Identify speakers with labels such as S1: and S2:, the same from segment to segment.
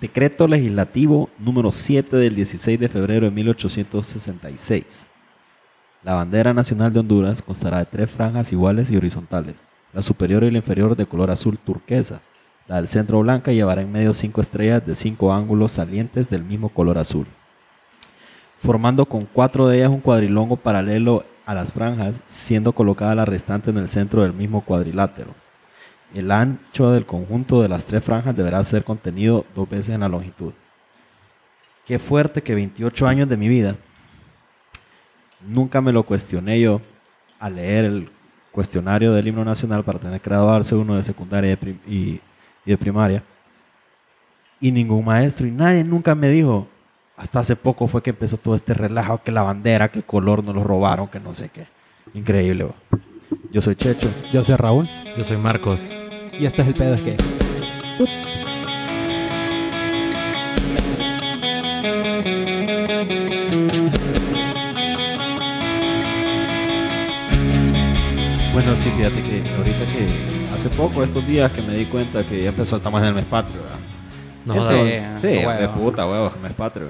S1: Decreto legislativo número 7 del 16 de febrero de 1866. La bandera nacional de Honduras constará de tres franjas iguales y horizontales, la superior y la inferior de color azul turquesa. La del centro blanca llevará en medio cinco estrellas de cinco ángulos salientes del mismo color azul, formando con cuatro de ellas un cuadrilongo paralelo a las franjas, siendo colocada la restante en el centro del mismo cuadrilátero. El ancho del conjunto de las tres franjas deberá ser contenido dos veces en la longitud. Qué fuerte que 28 años de mi vida. Nunca me lo cuestioné yo al leer el cuestionario del himno nacional para tener que graduarse uno de secundaria y de, prim- y, y de primaria. Y ningún maestro y nadie nunca me dijo, hasta hace poco fue que empezó todo este relajo, que la bandera, que el color nos lo robaron, que no sé qué. Increíble. va. Yo soy Checho.
S2: Yo soy Raúl
S3: Yo soy Marcos.
S2: y esto es el pedo es que.
S1: Bueno, sí, fíjate que ahorita que hace poco, estos días que me di cuenta que ya empezó esta más en el mes patrio, ¿verdad?
S3: No
S1: Entonces-
S3: jodas.
S1: sí,
S2: ah,
S1: de
S2: huevo.
S1: puta huevos, que mes patrio.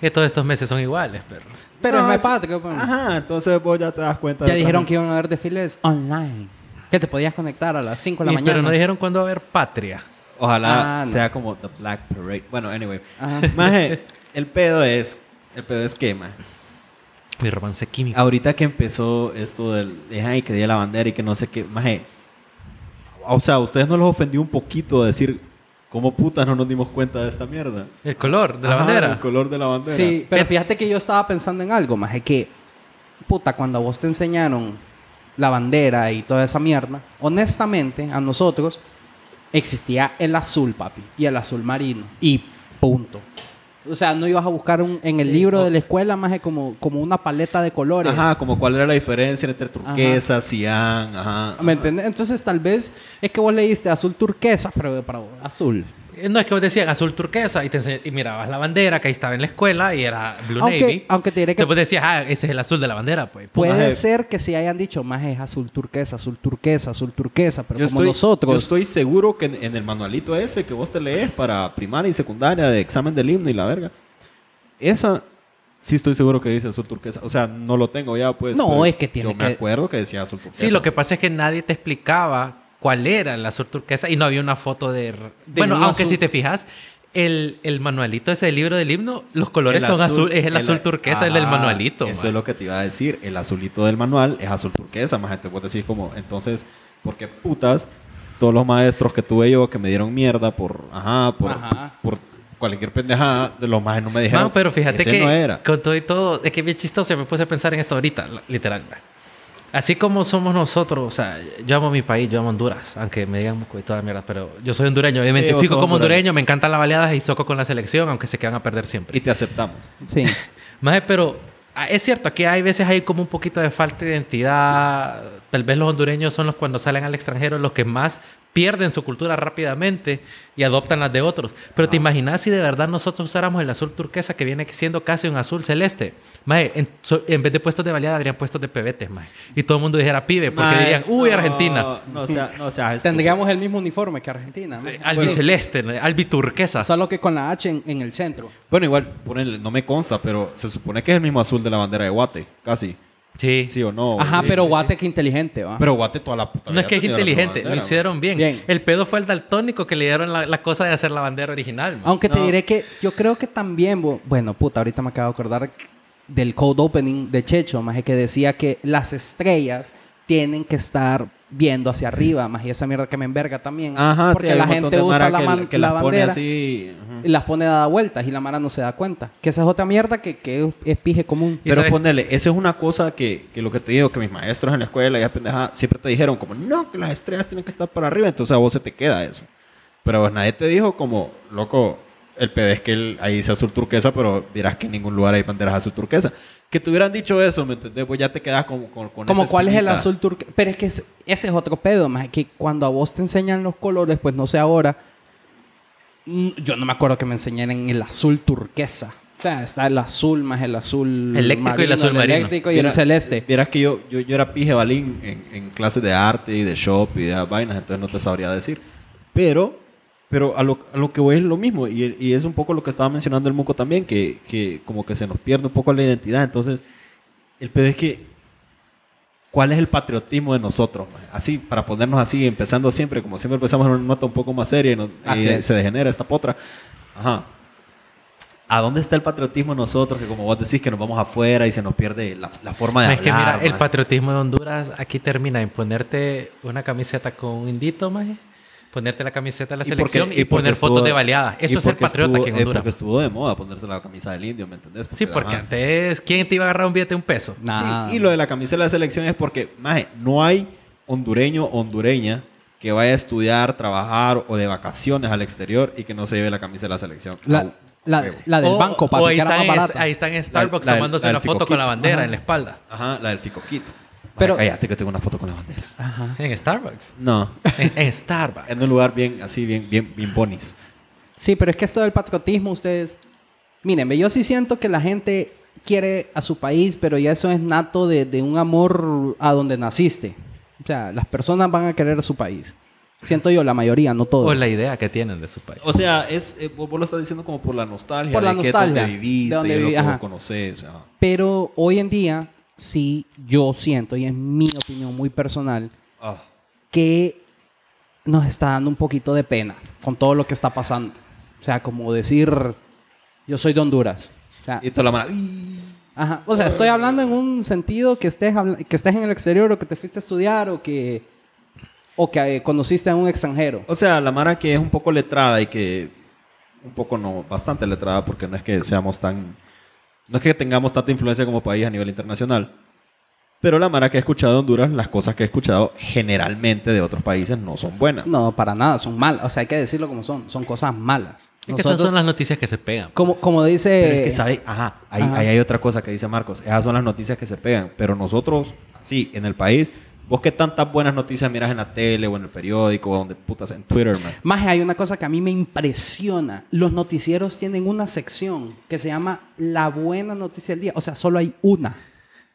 S3: Que todos estos meses son iguales, perro.
S2: Pero
S1: No,
S2: no, es
S1: es-
S2: patrio, pues.
S1: Ajá, entonces vos ya te das cuenta.
S2: Ya
S1: de
S2: dijeron
S1: también-
S2: que iban a haber desfiles online. Que te podías conectar a las 5 de la
S3: Y-
S2: mañana.
S3: Pero no dijeron cuándo va a haber patria.
S1: Ojalá
S2: Ah, no.
S1: sea como The Black Parade. Bueno, anyway.
S2: Ajá.
S1: Maje, el pedo es, el pedo es que, maje,
S3: Mi romance químico.
S1: Ahorita que empezó esto del, de, ay, que día la bandera y que no sé qué, maje. O sea, ¿ustedes no los ofendió un poquito de decir, cómo putas no nos dimos cuenta de esta mierda?
S3: El color de la
S1: Ajá,
S3: bandera.
S1: Ah, El color de la bandera.
S2: Sí, pero fíjate que yo estaba pensando en algo, más que, puta, cuando a vos te enseñaron la bandera y toda esa mierda, honestamente, a nosotros existía el azul, papi, y el azul marino, y punto. O sea, no ibas a buscar un- en el
S3: Sí,
S2: libro
S3: no.
S2: de la escuela más como, como una paleta de colores.
S1: Ajá, como cuál era la diferencia entre turquesa, cian, ajá.
S2: ¿Me entendés? Entonces, tal vez es que vos leíste azul turquesa, pero para vos, azul.
S3: Eh, No, es que vos decían azul turquesa y, te enseñ- y mirabas la bandera que ahí estaba en la escuela y era Blue
S2: Aunque-
S3: Navy.
S2: aunque te diré que-
S3: Entonces vos decías, ah, ese es el azul de la bandera, pues.
S2: Puede
S1: Maje.
S2: ser que si hayan dicho, más es azul turquesa, azul turquesa, azul turquesa, pero
S1: Yo
S2: como
S1: estoy,
S2: nosotros.
S1: yo estoy seguro que en, en el manualito ese que vos te lees para primaria y secundaria de examen del himno y la verga, esa sí estoy seguro que dice azul turquesa. O sea, no lo tengo ya, pues.
S2: No,
S1: pero
S2: es que tiene
S1: Yo me
S2: que-
S1: acuerdo que decía azul turquesa.
S3: Sí, lo que pasa es que nadie te explicaba cuál era el azul turquesa y no había una foto de... r-
S2: De
S3: bueno,
S2: ningún
S3: aunque
S2: azul.
S3: si te fijas, el, el manualito ese del libro del himno, los colores
S1: El
S3: son azul, es el, azul turquesa, el del
S1: Ajá,
S3: manualito.
S1: Eso
S3: ma.
S1: es lo que te iba a decir. El azulito del manual es azul turquesa. Más gente, vos decís como, entonces, ¿por qué putas todos los maestros que tuve yo que me dieron mierda por, ajá, por,
S2: Ajá.
S1: por cualquier pendejada, de los más no me dijeron.
S3: Mano, pero fíjate
S1: "Ese
S3: que
S1: no era.
S3: con todo y todo, es que es bien chistoso, me puse a pensar en esto ahorita, la- literal. va. Así como somos nosotros, o sea, yo amo mi país, yo amo Honduras, aunque me digan "Mucu", y toda mierda, pero yo soy hondureño, me
S1: Sí, vos
S3: identifico
S1: sos
S3: como hondureño.
S1: hondureño,
S3: me encantan las baleadas y soco con la selección, aunque se quedan a perder siempre.
S1: Y te aceptamos.
S2: Sí.
S3: Maje, pero ah, es cierto, aquí hay veces hay como un poquito de falta de identidad. Tal vez los hondureños son los cuando salen al extranjero los que más pierden su cultura rápidamente y adoptan las de otros. Pero
S1: Ah.
S3: te imaginas si de verdad nosotros usáramos el azul turquesa que viene siendo casi un azul celeste. Maje, en, so- en vez de puestos de baleada habrían puestos de pebetes, maje. Y todo el mundo dijera pibe, porque
S1: Mae,
S3: dirían, uy,
S1: no,
S3: Argentina.
S1: No sea, no sea
S2: Tendríamos el mismo uniforme que Argentina. ¿no?
S3: Albiceleste, ¿no? albiturquesa.
S2: Solo que con la H en, en el centro.
S1: Bueno, igual, ponele, no me consta, pero se supone que es el mismo azul de la bandera de Guate, casi.
S3: Sí.
S1: Sí o no.
S2: Ajá,
S1: Oh, Sí.
S2: pero Guate que inteligente, ¿va?
S1: Pero Guate toda la puta.
S3: No
S1: vida
S3: es que es
S1: tenía la misma
S3: inteligente, lo
S1: bandera,
S3: hicieron bien.
S2: Bien.
S3: El pedo fue el daltónico que le dieron la, la cosa de hacer la bandera original. man.
S2: Aunque te
S1: No.
S2: diré que yo creo que también, bo- bueno, puta, ahorita me acabo de acordar del cold opening de Checho, más que decía que las estrellas tienen que estar viendo hacia arriba, más y esa mierda que me enverga también.
S1: Ajá,
S2: porque
S1: sí, hay
S2: la
S1: un montón
S2: gente
S1: de
S2: usa
S1: mara
S2: la,
S1: que-
S2: man-
S1: que
S2: la
S1: las pone
S2: bandera
S1: así. ajá.
S2: y las pone dada vueltas y la mara no se da cuenta. Que esa es otra mierda que, que es pije común.
S3: Y
S1: Pero
S3: sabes-
S1: ponele, esa es una cosa que, que lo que te digo, que mis maestros en la escuela y esa pendejada siempre te dijeron como, no, que las estrellas tienen que estar para arriba, entonces a vos se te queda eso. Pero pues, nadie te dijo como, loco, el pedo es que el- ahí dice azul turquesa, pero dirás que en ningún lugar hay banderas azul turquesa. Que te hubieran dicho eso, ¿me entendés? Pues ya te quedas con, con, con
S2: Como
S1: esa
S2: cuál es el
S1: espinita.
S2: azul turquesa. Pero es que es- ese es otro pedo, más que cuando a vos te enseñan los colores, pues no sé ahora. mm, Yo no me acuerdo que me enseñaran el azul turquesa. O sea, está el azul más el azul.
S3: Eléctrico y el azul marino.
S2: Eléctrico y
S1: Viera-
S2: el celeste.
S1: Vieras que yo, yo, yo era pije balín en, en clases de arte y de shop y de esas vainas, entonces no te sabría decir. Pero, Pero a lo, a lo que voy es lo mismo, y, y es un poco lo que estaba mencionando el Muco también, que, que como que se nos pierde un poco la identidad. Entonces, el pedo es que, ¿cuál es el patriotismo de nosotros? man? Así, para ponernos así, empezando siempre, como siempre empezamos en una nota un poco más seria y, nos- y
S2: Así es.
S1: se degenera esta potra. Ajá. ¿A dónde está el patriotismo de nosotros? Que como vos decís, que nos vamos afuera y se nos pierde la, la forma de
S3: Es que
S1: hablar.
S3: mira, el
S1: man.
S3: patriotismo de Honduras aquí termina en ponerte una camiseta con un indito, maje, ponerte la camiseta de la
S1: Y porque-
S3: selección y,
S1: porque
S3: poner fotos
S1: estuvo-
S3: de baleadas.
S1: y
S3: Eso es ser
S1: porque
S3: patriota
S1: estuvo-
S3: aquí en
S1: eh,
S3: Honduras.
S1: Porque estuvo de moda ponerse la camisa del indio, ¿me entendés?
S3: sí, porque
S1: ajá.
S3: antes, ¿quién te iba a agarrar un billete de un peso?
S1: Sí,
S2: Nada.
S1: y lo de la camisa de la selección es porque, maje, no hay hondureño o hondureña que vaya a estudiar, trabajar o de vacaciones al exterior y que no se lleve la camisa de la selección.
S2: La,
S1: Au,
S2: la-
S1: huevo.
S2: la del
S3: O-
S2: banco,
S3: o
S2: papi,
S3: ahí
S2: que era
S3: están
S2: más
S3: en-
S2: barata.
S3: ahí están en Starbucks
S1: La- la-
S3: tomándose
S1: la del
S3: una foto con la
S1: picoquito.
S3: bandera
S1: Ajá.
S3: en la espalda.
S1: Ajá, la del ficoquito. Pero...
S2: Pero-
S1: Cállate que tengo una foto con la bandera.
S3: En Starbucks.
S1: No,
S3: En, en Starbucks.
S1: en un lugar bien, así, bien, bien, bien bonis.
S2: Sí, pero es que esto del patriotismo, ustedes. Miren, ve, yo sí siento que la gente quiere a su país, pero ya eso es nato de, de un amor a donde naciste. O sea, las personas van a querer a su país. Siento yo, la mayoría, no todos.
S3: O la idea que tienen de su país.
S1: O sea, es, eh, vos vos lo estás diciendo como por la nostalgia.
S2: Por la
S1: de que
S2: nostalgia,
S1: Donde viviste,
S2: de donde
S1: y lo
S2: viví,
S1: que vos
S2: ajá.
S1: conocés. ajá.
S2: Pero hoy en día, sí, yo siento, y es mi opinión muy personal,
S1: Ah.
S2: que nos está dando un poquito de pena con todo lo que está pasando. O sea, como decir, yo soy de Honduras. O sea,
S1: Y toda la mala.
S2: Ajá. O sea, estoy hablando en un sentido que estés, habla- que estés en el exterior o que te fuiste a estudiar o que, o que eh, conociste a un extranjero.
S1: O sea, la Mara que es un poco letrada y que. Un poco no, bastante letrada, porque no es que seamos tan. No es que tengamos tanta influencia como país a nivel internacional. Pero la Mara que he escuchado de Honduras, las cosas que he escuchado generalmente de otros países no son buenas.
S2: No, para nada, son malas. O sea, hay que decirlo como son. Son cosas malas.
S3: Es que esas
S2: Nosotros-
S3: son las noticias que se pegan.
S2: como, como dice...
S1: Pero es que sabe, ajá, ahí,
S2: Eh, Ajá.
S1: ahí hay otra cosa que dice Marcos. Esas son las noticias que se pegan. Pero nosotros, así, en el país, vos que tantas buenas noticias miras en la tele o en el periódico o donde putas en Twitter, man.
S2: Maje, hay una cosa que a mí me impresiona. Los noticieros tienen una sección que se llama La Buena Noticia del Día. O sea, solo hay una.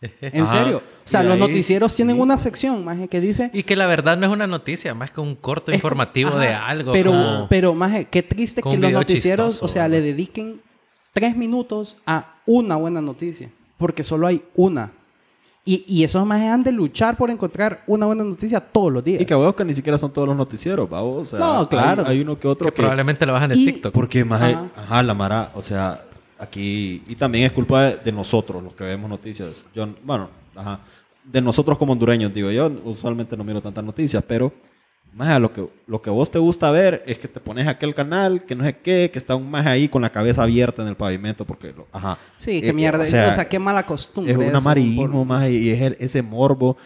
S2: ¿En
S1: Ajá.
S2: serio? O sea,
S1: Y
S2: los
S1: ahí,
S2: noticieros tienen
S1: sí.
S2: una sección, maje, que dice...
S3: Y que la verdad no es una noticia, más que un
S2: Es
S3: corto
S2: como-
S3: informativo
S2: ajá,
S3: de algo.
S2: Pero,
S3: como-
S2: pero maje, qué triste
S3: como
S2: que
S3: un
S2: los
S3: video
S2: noticieros,
S3: chistoso,
S2: o sea,
S3: ¿verdad?
S2: le dediquen tres minutos a una buena noticia. Porque solo hay una. Y, y esos majes han de luchar por encontrar una buena noticia todos los días.
S1: Y que huevos que ni siquiera son todos los noticieros, ¿va? O sea,
S2: No,
S1: hay-
S2: claro.
S1: Hay, uno que otro
S3: que
S1: que
S3: probablemente lo bajan de
S2: Y-
S3: TikTok.
S1: Porque más,
S2: Ajá.
S1: ajá, la Mara, o sea, aquí, y también es culpa de, de nosotros, los que vemos noticias. Yo, bueno, ajá, de nosotros como hondureños, digo, yo usualmente no miro tantas noticias, pero más lo que, lo que vos te gusta ver es que te pones aquel canal, que no sé qué, que está un más ahí con la cabeza abierta en el pavimento, porque, lo- ajá.
S2: sí,
S1: Eh,
S2: qué mierda.
S1: O sea,
S2: o sea, qué mala costumbre.
S1: es un
S2: eso,
S1: amarillismo
S2: por-
S1: más y es el- ese morbo.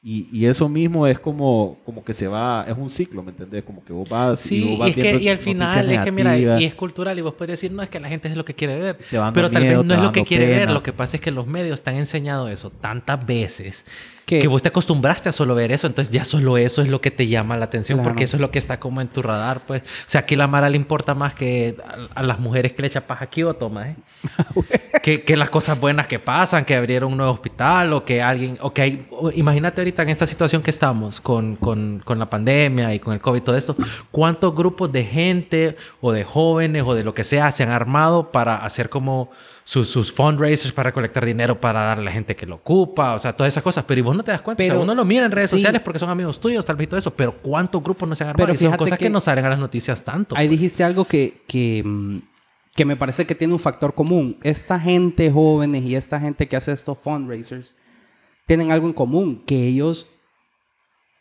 S1: Y, y eso mismo es como, como que se va, es un ciclo, ¿me entendés? Como que vos vas
S3: Sí,
S1: vos
S3: y,
S1: vas
S3: es que,
S1: viendo
S3: y al final, es
S1: noticias
S3: que mira,
S1: negativas.
S3: y es cultural, y vos podés decir, no, es que la gente es lo que quiere ver.
S1: Te va dando
S3: Pero tal
S1: miedo,
S3: vez no
S1: te
S3: es
S1: va
S3: lo que
S1: dando
S3: quiere ver,
S1: pena.
S3: lo que pasa es que los medios te han enseñado eso tantas veces
S2: ¿Qué?
S3: que vos te acostumbraste a solo ver eso, entonces ya solo eso es lo que te llama la atención,
S2: Claro.
S3: porque eso es lo que está como en tu radar, pues. O sea, aquí la Mara le importa más que a, a las mujeres que le echa paja aquí o toma, ¿eh? que, que las cosas buenas que pasan, que abrieron un nuevo hospital o que alguien, o que hay, o- imagínate ahorita en esta situación que estamos con, con, con la pandemia y con el COVID y todo esto, ¿cuántos grupos de gente o de jóvenes o de lo que sea se han armado para hacer como sus, sus fundraisers, para colectar dinero, para darle a la gente que lo ocupa, o sea, todas esas cosas, pero y vos no te das cuenta, O sea,
S2: Pero-
S3: uno lo mira en redes
S2: sí.
S3: sociales porque son amigos tuyos, tal vez y todo eso, pero ¿cuántos grupos no se han armado?
S2: Pero
S3: y son
S2: fíjate
S3: cosas que,
S2: que-
S3: no salen a las noticias tanto.
S2: Ahí
S3: pues.
S2: dijiste algo que, que, mm, que me parece que tiene un factor común. Esta gente jóvenes y esta gente que hace estos fundraisers tienen algo en común, que ellos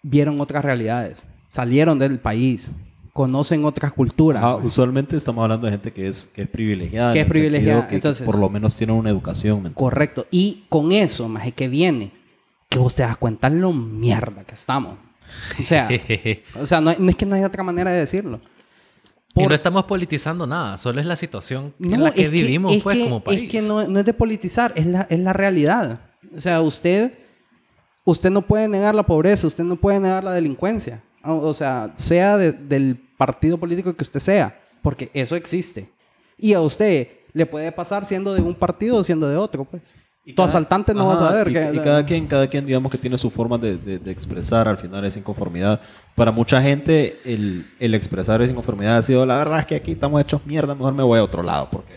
S2: vieron otras realidades, salieron del país, conocen otras culturas.
S3: Ah,
S1: Ajá, Ah, usualmente estamos hablando de gente que es, que es privilegiada.
S2: Que
S1: en
S2: es
S1: el sentido
S2: privilegiada,
S1: que- que
S2: entonces-
S1: por lo menos tiene una educación. ¿me entiendes?
S2: Correcto. Y con eso, más que viene, que vos te das cuenta lo mierda que estamos. O sea, o sea no, no es que no hay otra manera de decirlo.
S3: Y
S2: Por-
S3: no estamos politizando nada, solo es la situación
S2: No,
S3: en la que
S2: es
S3: vivimos,
S2: es
S3: pues,
S2: que-
S3: como país.
S2: Es que no, no es de politizar, es la, es la realidad. O sea, usted, usted no puede negar la pobreza, usted no puede negar la delincuencia. O, o sea, sea de- del partido político que usted sea, porque eso existe. Y a usted le puede pasar siendo de un partido o siendo de otro, pues.
S1: Y
S2: tu
S1: cada-
S2: asaltante no vas a
S1: Ajá,
S2: ver.
S1: Y,
S2: que-
S1: y cada quien, cada quien, digamos que tiene su forma de, de- de expresar al final esa inconformidad. Para mucha gente, el, el expresar esa inconformidad ha sido, la verdad es que aquí estamos hechos mierda, mejor me voy a otro lado, porque,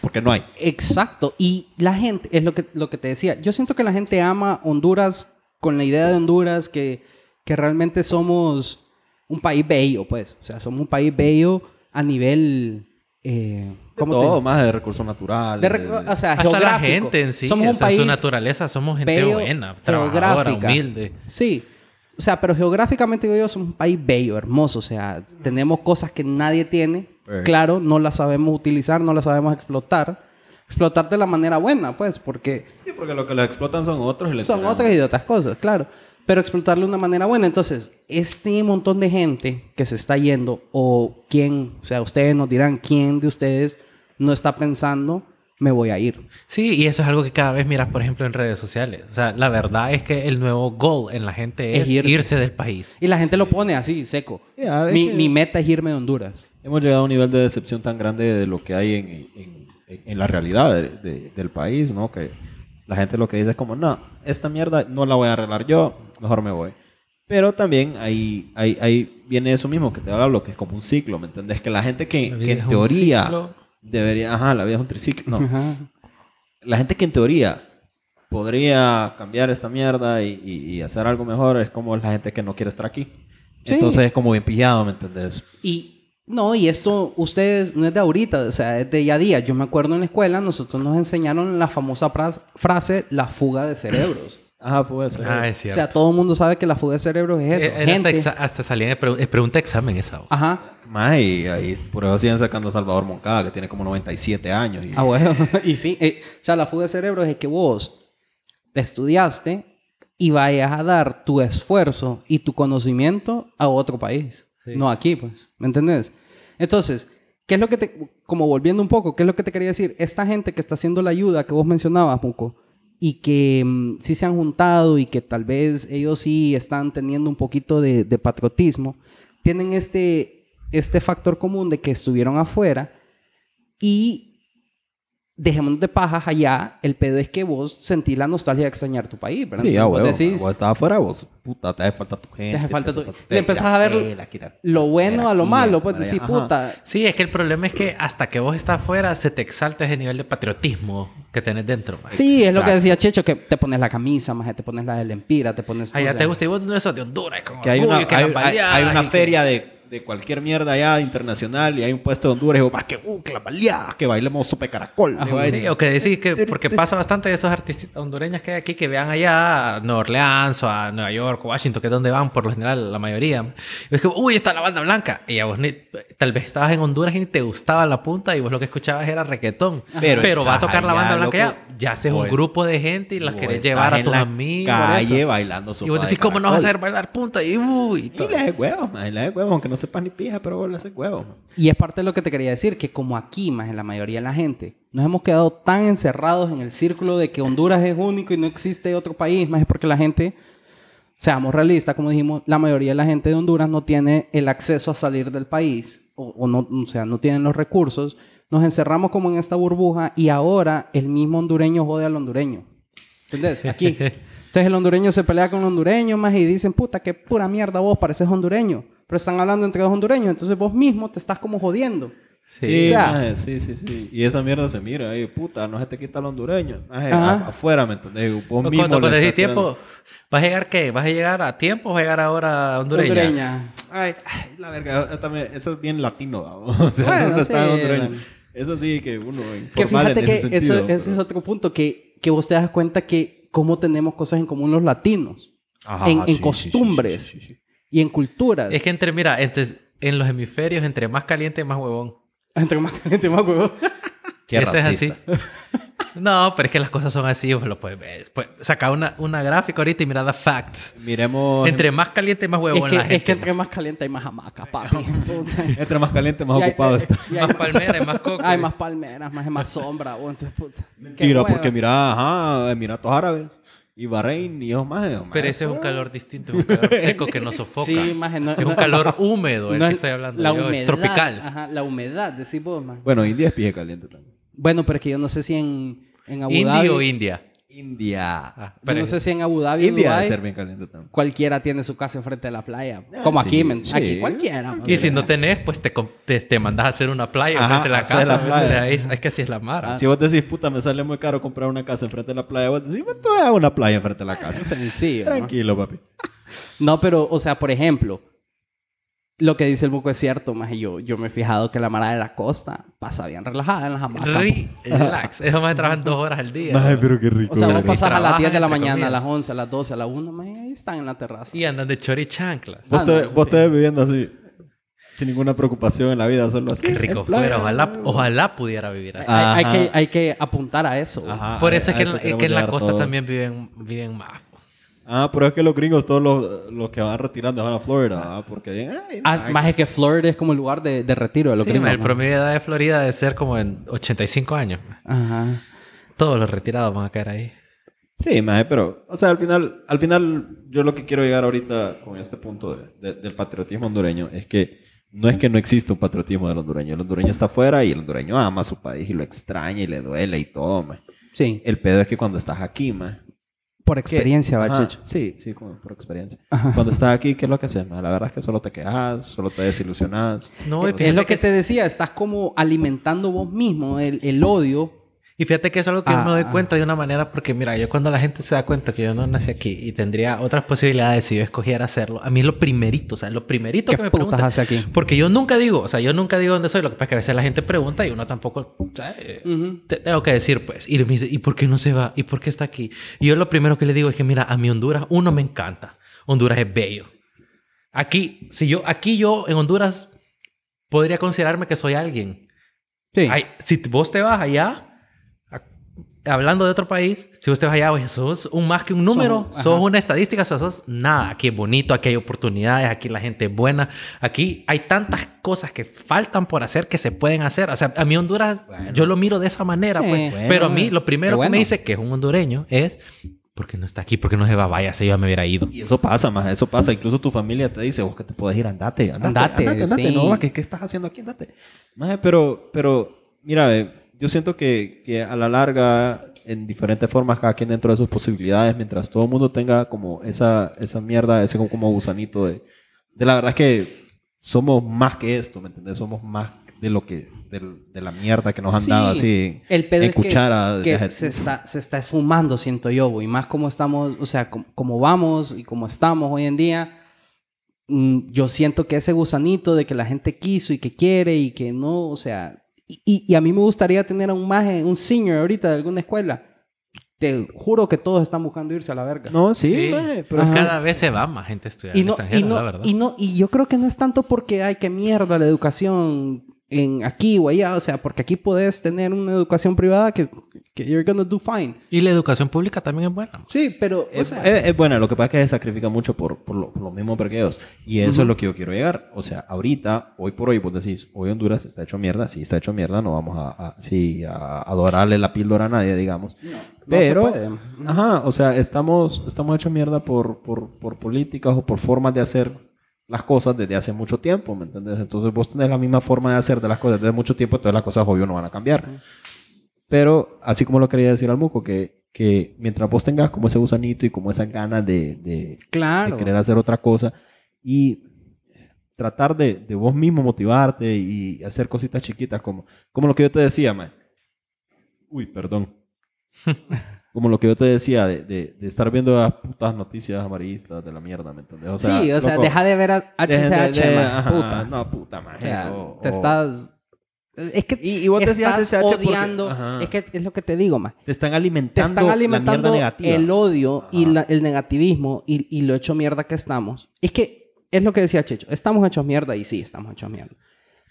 S1: porque no hay.
S2: Exacto. Y la gente, es lo que, lo que te decía, yo siento que la gente ama Honduras con la idea de Honduras, que, que realmente somos un país bello, pues. O sea, somos un país bello a nivel... Eh, ¿cómo te
S1: todo,
S2: digo?
S1: más de recursos naturales.
S2: De
S1: de-
S2: rec- o sea,
S3: Hasta la
S2: geográfico.
S3: gente en sí,
S2: Somos
S3: o
S2: un
S3: sea,
S2: país
S3: su naturaleza, somos gente
S2: bello,
S3: buena, trabajadora,
S2: geográfica.
S3: humilde.
S2: Sí. O sea, pero geográficamente digo yo somos un país bello, hermoso. O sea, tenemos cosas que nadie tiene.
S1: Eh.
S2: Claro, no las sabemos utilizar, no las sabemos explotar. Explotar de la manera buena, pues, porque
S1: Sí, porque lo que los explotan son otros. Y les
S2: son
S1: tenemos-
S2: otras y de otras cosas, claro. Pero explotarlo de una manera buena. Entonces, este montón de gente que se está yendo, o quién, o sea, ustedes nos dirán quién de ustedes no está pensando, me voy a ir.
S3: Sí, y eso es algo que cada vez miras, por ejemplo, en redes sociales. O sea, la verdad es que el nuevo goal en la gente es,
S2: Es irse.
S3: irse. del país.
S2: Y la gente lo pone así, seco.
S1: Ya, es
S2: mi,
S1: que-
S2: mi meta es irme de Honduras.
S1: Hemos llegado a un nivel de decepción tan grande de lo que hay en, en- en- en la realidad de- de- del país, ¿no? Que la gente lo que dice es como, no, esta mierda no la voy a arreglar yo, mejor me voy. Pero también ahí, ahí, ahí viene eso mismo que te hablo, que es como un ciclo, ¿me entendés? Que la gente que,
S3: La
S1: que
S3: vida es
S1: en
S3: un
S1: teoría
S3: ciclo.
S1: debería, ajá, la vida es un triciclo, no.
S2: Ajá.
S1: La gente que en teoría podría cambiar esta mierda y, y- y hacer algo mejor es como la gente que no quiere estar aquí.
S2: Sí.
S1: Entonces es como bien pillado, ¿me entendés?
S2: Y no, y esto ustedes no es de ahorita, o sea, es de día a día. Yo me acuerdo en la escuela, nosotros nos enseñaron la famosa fra- frase, la fuga de cerebros.
S1: Ajá, fue eso.
S3: Ah, es
S2: o
S3: cierto.
S2: sea, todo el mundo sabe que la fuga de cerebros es eso.
S3: Eh, era hasta,
S2: gente.
S3: exa- hasta salía de pre- eh, pregunta examen esa. bo.
S2: Ajá.
S1: Más, y ahí por eso siguen sacando a Salvador Moncada, que tiene como 97 años. Y,
S2: Ah, bueno. y sí, eh, o sea, la fuga de cerebros es que vos estudiaste y vayas a dar tu esfuerzo y tu conocimiento a otro país,
S3: Sí.
S2: no aquí, pues, ¿me entendés? Entonces, ¿qué es lo que te, como volviendo un poco, qué es lo que te quería decir? Esta gente que está haciendo la ayuda que vos mencionabas, Muco, y que mm, sí se han juntado y que tal vez ellos sí están teniendo un poquito de, de patriotismo, tienen este, este factor común de que estuvieron afuera y dejémonos de pajas allá, el pedo es que vos sentís la nostalgia de extrañar tu país, ¿verdad?
S1: sí,
S2: Entonces
S1: ya,
S2: vos
S1: huevo.
S2: decís,
S1: Vos estabas afuera, vos. Puta, te hace falta tu gente.
S2: hace falta tu-
S1: te-
S2: le empezás a ver
S1: te- la quira-
S2: lo bueno a lo
S1: jerarquía,
S2: malo, pues
S1: madre,
S2: decís,
S1: ajá.
S2: puta.
S3: Sí, es que el problema es que hasta que vos estás afuera se te exalta ese nivel de patriotismo que tenés dentro. pues. ma.
S2: Sí, es lo que
S1: Exacto.
S2: decía Checho, que te pones la camisa, más te pones la del empira, te pones... o
S3: Allá
S2: sea,
S3: Ah, te gusta y vos no sos de Honduras. Con
S1: Que hay
S3: orgullo
S1: una,
S3: y que
S1: hay-
S3: las
S1: hay- hay
S3: baleadas
S1: una
S3: y que-
S1: feria de, de cualquier mierda allá internacional y hay un puesto de Honduras y vos, más que, uh, que la baleada, que bailemos sope caracol.
S2: Ajá,
S1: le va a
S3: Sí,
S1: decir.
S3: o que decís que porque pasa bastante de esos artistas hondureños que hay aquí que vean allá a Nueva Orleans o a Nueva York o Washington, que es donde van por lo general la mayoría. Y es que, uy, está la banda blanca. Y a vos ni- tal vez estabas en Honduras y ni te gustaba la punta y vos lo que escuchabas era reggaetón.
S1: Pero
S3: Pero, va a
S1: estás
S3: tocar la
S1: allá,
S3: banda blanca
S1: loco.
S3: ya. Ya haces
S1: Vos
S3: un
S1: es-
S3: grupo de gente y las
S1: Vos
S3: querés
S1: estás
S3: llevar a
S1: en
S3: tus
S1: la
S3: amigos.
S1: calle
S3: eso.
S1: bailando sopa
S3: Y vos decís,
S1: de
S3: ¿cómo no vas
S1: caracol?"
S3: a hacer bailar punta? Y uy. y
S1: Y
S3: todo.
S1: le haces huevos, man. Y le haces huevos, aunque no sepas ni pija, pero vos le haces huevos. man.
S2: Y es parte de lo que te quería decir, que como aquí, más en la mayoría de la gente, nos hemos quedado tan encerrados en el círculo de que Honduras es único y no existe otro país, más es porque la gente, seamos realistas, como dijimos, la mayoría de la gente de Honduras no tiene el acceso a salir del país, o, o no, o sea, no tienen los recursos, nos encerramos como en esta burbuja y ahora el mismo hondureño jode al hondureño. ¿Entendés? Aquí. Entonces el hondureño se pelea con el hondureño más y dicen, puta, qué pura mierda vos, pareces hondureño. Pero están hablando entre dos hondureños, entonces vos mismo te estás como jodiendo.
S1: Sí,
S2: O sea,
S1: maje, sí, sí, sí. Y esa mierda se mira, ahí, puta, no se te quita el hondureño. Maje,
S2: Ajá.
S1: a- afuera, ¿me entendés? Vos
S3: Cuando-
S1: mismo
S3: Cuando
S1: le
S3: te
S1: estás
S3: decís Pues, tiempo,
S1: tirando.
S3: ¿vas a llegar qué? ¿Vas a llegar a tiempo o vas a llegar ahora a hondureña?
S2: Hondureña.
S1: Ay, ay, la verga, esta me- eso es bien latino, ¿no? o sea,
S2: Bueno,
S1: uno está
S2: sí,
S1: hondureño.
S2: man.
S1: Eso sí que uno
S2: Que
S1: informal
S2: fíjate
S1: en
S2: que
S1: ese
S2: eso,
S1: sentido,
S2: ese es
S1: pero-
S2: otro punto, que, que vos te das cuenta que cómo tenemos cosas en común los latinos. en- en
S1: sí, sí, sí,
S2: costumbres. Y en culturas.
S3: Es que entre, mira, entre- en los hemisferios, entre más caliente, más huevón.
S2: Entre más caliente, más huevo.
S1: Qué
S3: Eso es
S1: racista.
S3: así. No, pero es que las cosas son así, vos lo puedes ver. Pues, saca una, una gráfica ahorita y mira the facts.
S1: Miremos. Entre...
S3: Entre más caliente, más
S2: Es
S3: huevón la
S2: que,
S3: gente.
S2: es que entre más caliente hay más hamacas, papi. Puta.
S1: más caliente, más
S2: Y hay- eh,
S1: ocupado está.
S2: y hay-
S3: Más palmera y más coco.
S2: Hay más palmeras, más, más sombra. vos, entonces, puta. Qué
S1: Mentira,
S2: hueva.
S1: porque mira, ajá, Emiratos Árabes y Bahrein y esos más.
S3: Pero ese es un calor distinto, es un calor seco que nos sofoca.
S2: Sí, maje, no-
S3: es un
S2: no-
S3: calor húmedo el
S2: No
S3: que
S2: es-
S3: estoy hablando.
S2: La
S3: yo, es
S2: humedad.
S3: tropical.
S2: Ajá, la humedad, decís vos, man.
S1: Bueno, India es pie caliente también.
S2: Bueno, pero es que yo no sé si en, en Abu Dhabi.
S3: Indio o India.
S1: India.
S3: Ah,
S2: Yo no
S3: pero-
S2: sé si en Abu Dhabi,
S1: India debe
S2: Dubái,
S1: ser bien caliente también.
S2: cualquiera tiene su casa enfrente de la playa.
S1: Ah,
S2: Como
S1: sí,
S2: aquí, men.
S1: sí.
S2: Aquí cualquiera. man.
S3: Y si no tenés, pues te, com- te, te mandas a hacer una playa
S1: Ajá,
S3: frente a la
S1: hacer
S3: casa.
S1: la playa.
S3: ¿verdad? Es, es que así es la
S2: Ah,
S3: mara.
S1: Si vos decís, puta, me sale muy caro comprar una casa enfrente de la playa, vos decís, pues tú haz una playa enfrente de la casa.
S2: Es sencillo. ¿no?
S1: Tranquilo, papi.
S2: No, pero, o sea, por ejemplo, lo que dice el buco es cierto, más yo, yo me he fijado que la mara de la costa pasa bien relajada en las hamacas.
S3: Relax. Esos más trabajan dos horas al día.
S1: Maje, pero qué rico.
S2: O sea, vos
S1: bro.
S2: pasas
S3: pasa-
S2: a las
S3: trabajan,
S2: 10 de la
S3: entre
S2: mañana, a
S3: comillas.
S2: las 11, a las 12, a las 1, maje, ahí están en la terraza.
S3: Y andan de chori chanclas.
S1: Vos,
S2: Ah,
S1: te,
S2: no, eso
S1: vos
S2: sí.
S1: te ves viviendo así, sin ninguna preocupación en la vida, solo así.
S3: Qué
S1: en
S3: rico
S1: playa.
S3: fuera. Ojalá, ojalá pudiera vivir
S2: Hay-
S3: así.
S1: Ajá.
S2: Hay, que, hay que apuntar a eso. güey.
S1: Ajá,
S3: Por
S1: a-
S3: Ah, eso es
S1: a
S3: que, en- es
S1: queremos
S3: que en la
S1: llegar
S3: costa
S1: todos.
S3: también viven, viven más. pues. po.
S1: Ah, pero es que los gringos, todos los, los que van retirando van a Florida, ¿ah? porque ay,
S2: Ah,
S1: ay,
S2: más es que Florida es como el lugar de, de retiro de los
S3: Sí,
S2: gringos,
S3: el
S2: ¿no?
S3: promedio de edad de Florida debe ser como en 85 años.
S2: Ajá.
S3: Todos los retirados van a caer ahí.
S1: Sí, maje, pero, o sea, al final, al final, yo lo que quiero llegar ahorita con este punto de- de- del patriotismo hondureño es que no es que no exista un patriotismo del hondureño. El hondureño está afuera y el hondureño ama a su país y lo extraña y le duele y todo, maje.
S2: Sí,
S1: El pedo es que cuando estás aquí, maje,
S2: Eh, por
S1: ¿qué?
S2: experiencia, va,
S1: Ajá,
S2: Checho.
S1: Sí, sí, como por experiencia.
S2: Ajá.
S1: Cuando estás aquí, ¿qué es lo que haces, maje? La verdad es que solo te quejas, solo te desilusionas.
S3: No, y
S2: Es
S3: fíjate
S2: lo que te
S3: Eh, es-
S2: decía, estás como alimentando vos mismo el, el odio.
S3: Y fíjate que eso es algo que yo me doy
S2: Ah.
S3: cuenta de una manera, porque mira, yo cuando la gente se da cuenta que yo no nací aquí y tendría otras posibilidades si yo escogiera hacerlo, a mí es lo primerito, o sea, lo primerito
S2: ¿Qué
S3: que me
S2: putas
S3: preguntan.
S2: hace aquí?
S3: Porque yo nunca digo, o sea, yo nunca digo dónde soy, lo que pasa es que a veces la gente pregunta y uno tampoco, ¿sabes?
S2: Ujú.
S3: Te- tengo que decir, pues, y me dice, ¿y por qué no se va? ¿Y por qué está aquí? Y yo lo primero que le digo es que, mira, a mi Honduras, uno me encanta. Honduras es bello. Aquí, si yo, aquí yo en Honduras podría considerarme que soy alguien.
S2: Sí.
S3: Ay, si t- vos te vas allá, a- hablando de otro país, si vos te vas allá, oye, sos un más que un número,
S2: Sos- ajá.
S3: sos una estadística, o sea, sos nada. Aquí es bonito, aquí hay oportunidades, aquí la gente es buena, aquí hay tantas cosas que faltan por hacer que se pueden hacer. O sea, a mí Honduras, yo lo miro de esa manera,
S2: Sí.
S3: pues.
S1: Bueno,
S3: pero a mí
S1: bueno.
S3: lo primero
S2: Qué
S3: que me
S2: bueno.
S3: dice que es un hondureño es, ¿por qué no está aquí? ¿Por qué no se va? Vaya, si yo ya me hubiera ido.
S1: Y eso pasa, más eso pasa. Incluso tu familia te dice, vos que te puedes ir, andate, andate, andate,
S2: Andate,
S1: andate.
S2: sí.
S1: No, ¿qué, ¿qué estás haciendo aquí? Andate. Maje, pero, pero, mira, eh, yo siento que, que a la larga, en diferentes formas, cada quien dentro de sus posibilidades, mientras todo el mundo tenga como esa, esa mierda, ese como, como gusanito de, de la verdad es que somos más que esto, ¿me entendés? Somos más de lo que, del- de, la mierda que nos han
S2: Sí.
S1: dado así
S2: El pedo
S1: en
S2: es que-
S1: cuchara.
S2: que,
S1: desde hace-
S2: se, está, se está esfumando, siento yo, y más como estamos, o sea, com- como vamos y como estamos hoy en día, mm, yo siento que ese gusanito de que la gente quiso y que quiere y que no, o sea, y, y- y a mí me gustaría tener a un maje, un senior ahorita de alguna escuela. Te juro que todos están buscando irse a la verga.
S1: No, sí,
S3: Sí.
S1: maje, pero
S3: Pero
S1: es que-
S3: cada vez se va más gente a estudiar
S2: y
S3: en
S2: no,
S3: extranjero,
S2: y, no-
S3: la verdad.
S2: y no- y yo creo que no es tanto porque hay que mierda la educación en aquí o allá, o sea, porque aquí puedes tener una educación privada que, que you're gonna do fine.
S3: Y la educación pública también es buena.
S2: Sí, pero o
S1: Es,
S2: sea,
S1: es- es buena, lo que pasa es que se sacrifica mucho por, por, lo, por los mismos vergueos. Y eso
S2: Ujú.
S1: es lo que yo quiero llegar. O sea, ahorita, hoy por hoy, vos decís, hoy Honduras está hecho mierda, sí está hecho mierda, no vamos a, a- sí, a adorarle la píldora a nadie, digamos.
S2: no se
S1: Pero,
S2: puede.
S1: ajá, o sea, estamos, estamos hechos mierda por, por, por políticas o por formas de hacer las cosas desde hace mucho tiempo, ¿me entiendes? Entonces vos tenés la misma forma de hacer de las cosas desde hace mucho tiempo, entonces las cosas obvio no van a cambiar. Pero, así como lo quería decir al Muco, que, que mientras vos tengas como ese gusanito y como esas ganas de, de-
S2: claro.
S1: de querer hacer otra cosa y tratar de, de vos mismo motivarte y hacer cositas chiquitas como, como lo que yo te decía, man. Uy, perdón. Como lo que yo te decía, de, de- de estar viendo las putas noticias amarillistas de la mierda, ¿me entiendes?
S2: sí, o sea,
S1: loco,
S2: deja de ver a
S1: dejen de-
S2: HCH,
S1: de-
S2: man,
S1: ajá,
S2: puta.
S1: No, puta, man.
S2: o sea,
S1: o-
S2: te
S1: o-
S2: estás es que
S1: Y- y vos decías
S2: estás
S1: HCH porque-
S2: odiando,
S1: ajá.
S2: es que es lo que te digo, más.
S1: Te están
S2: Te
S1: alimentando,
S2: están alimentando
S1: la mierda negativa.
S2: el odio y
S1: Ajá.
S2: la- el negativismo y, y lo hecho mierda que estamos. Es que es lo que decía Checho, estamos hechos mierda y sí, estamos hechos mierda.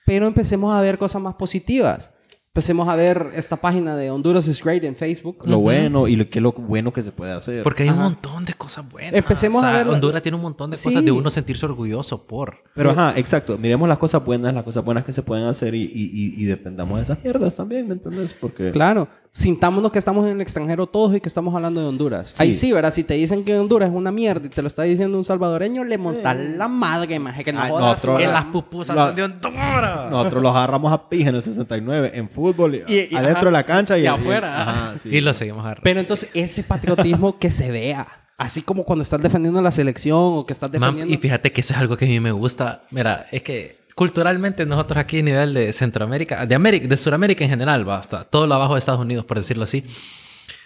S2: Pero empecemos a ver cosas más positivas. Empecemos a ver esta página de Honduras is Great en Facebook.
S1: Lo
S3: Ujú.
S1: bueno y lo, que lo bueno que se puede hacer.
S3: Porque hay un
S2: Ajá.
S3: montón de cosas buenas.
S2: Empecemos
S3: O sea,
S2: a ver la-
S3: Honduras tiene un montón de
S2: Sí.
S3: cosas de uno sentirse orgulloso por.
S1: Pero ajá, exacto. Miremos las cosas buenas, las cosas buenas que se pueden hacer y, y, y- y defendamos esas mierdas también, ¿me entiendes? Porque
S2: Claro, sintámonos que estamos en el extranjero todos y que estamos hablando de Honduras.
S4: Sí.
S2: Ahí sí, ¿verdad? Si te dicen que Honduras es una mierda y te lo está diciendo un salvadoreño, le montas la madre, maje, que no
S1: Ay,
S2: jodas.
S1: nosotros-
S3: Que
S1: Ahora,
S3: las pupusas
S1: no.
S3: son de Honduras.
S1: Nosotros los agarramos a pija en el 69, en fútbol, y-
S2: Y- y-
S1: adentro
S2: ajá.
S1: de la cancha y,
S2: Y afuera.
S1: ajá, sí.
S3: Y lo seguimos agarrando.
S2: Pero entonces, ese patriotismo que se vea. Así como cuando estás defendiendo la selección o que estás
S3: Mam,
S2: defendiendo...
S3: y fíjate que eso es algo que a mí me gusta. Mira, es que culturalmente nosotros aquí a nivel de Centroamérica, de América, de Sudamérica en general, va, hasta todo lo abajo de Estados Unidos, por decirlo así,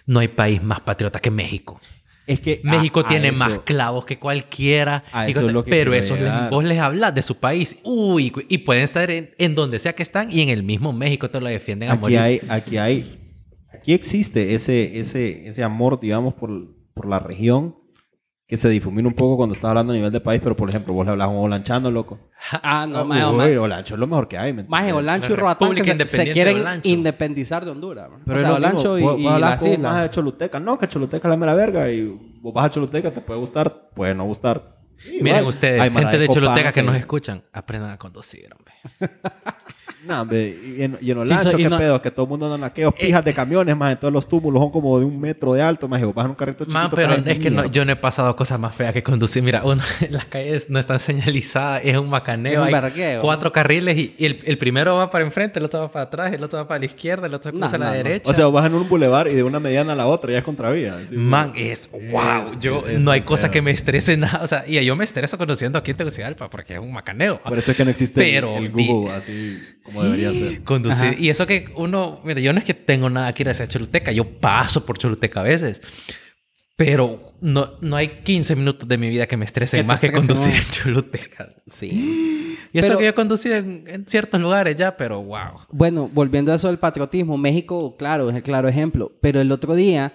S3: no hay país más patriota que México.
S1: Es que a-
S3: México
S1: Ah, a
S3: tiene
S1: eso-
S3: más clavos que cualquiera.
S1: A
S3: Y
S1: eso
S3: con-
S1: es lo que
S3: pero
S1: quiero
S3: esos
S1: llegar.
S3: les- vos les hablas de su país. Uy, cu- y pueden estar en, en donde sea que están y en el mismo México te lo defienden a
S4: Aquí
S3: morir.
S4: hay, aquí hay, aquí existe ese, ese, ese amor, digamos, por, por la región que se difumina un poco cuando estás hablando a nivel de país, pero por ejemplo, vos le hablas a un holanchano, loco.
S2: Ah, no, maje,
S1: Uy,
S2: maje.
S1: Olancho es lo mejor que hay, ¿me
S2: Maje,
S1: entiendes?
S2: Olancho y
S3: La
S2: Roatán que se-
S3: República
S2: se,
S3: Independiente de
S2: quieren
S3: Olancho.
S2: independizar de Honduras. man.
S4: Pero
S2: o
S4: es
S2: sea,
S4: lo mismo.
S2: Olancho y,
S4: Vos-
S2: y
S4: vos hablas
S2: las
S4: con un maje
S2: islas.
S4: de Choluteca. No, que Choluteca es la mera verga. Y vos vas a Choluteca, te puede gustar, puede no gustar. Igual.
S3: Miren ustedes,
S1: Hay
S3: gente de
S1: Maradeco,
S3: Choloteca
S1: Pan,
S3: que
S1: que-
S3: nos escuchan, aprendan a conducir, hombre.
S1: No, hombre, y en, y en
S2: Sí,
S1: Olancho,
S2: soy- y
S1: qué
S2: no-
S1: pedo, que todo el mundo anda en aquellos
S3: Eh,
S1: pijas de camiones, más en todos los túmulos son como de un metro de alto, más y vos vas en un carrito chiquito.
S3: Man, pero
S1: traes
S3: es que no-
S1: mierda.
S3: yo no he pasado cosas más feas que conducir. Mira, uno, las calles no están señalizadas, es un
S2: Es
S3: macaneo.
S2: un
S3: hay
S2: vergueo.
S3: cuatro carriles y, y el, el primero va para enfrente, el otro va para atrás, el otro va para la izquierda, el otro
S2: No,
S3: cruza a la
S2: no, no.
S3: derecha.
S1: O sea, vas en un bulevar y de una mediana a la otra ya es contravía. así,
S3: Man,
S1: güey.
S3: es wow.
S1: Es-
S3: yo
S1: es
S3: no hay
S1: muy
S3: cosa
S1: feo.
S3: que me estrese nada. O sea, y yo me estreso conociendo aquí en Tegucigalpa porque es un macaneo.
S1: Por eso es que no existe el-
S3: Pero
S1: el,
S3: di-
S1: Google así como debería ser.
S3: Conducir.
S2: Ajá.
S3: Y eso que uno, mira, yo no es que tengo nada que ir hacia Choluteca, yo paso por Choluteca a veces. Pero no, no hay 15 minutos de mi vida que me estresen
S2: Que te
S3: más que
S2: estresen,
S3: conducir
S2: ¿no?
S3: en Choluteca.
S2: Sí.
S3: Y eso
S2: Pero-
S3: que yo he conducido en, en ciertos lugares ya, pero wow.
S2: Bueno, volviendo a eso del patriotismo, México, claro, es el claro ejemplo. Pero el otro día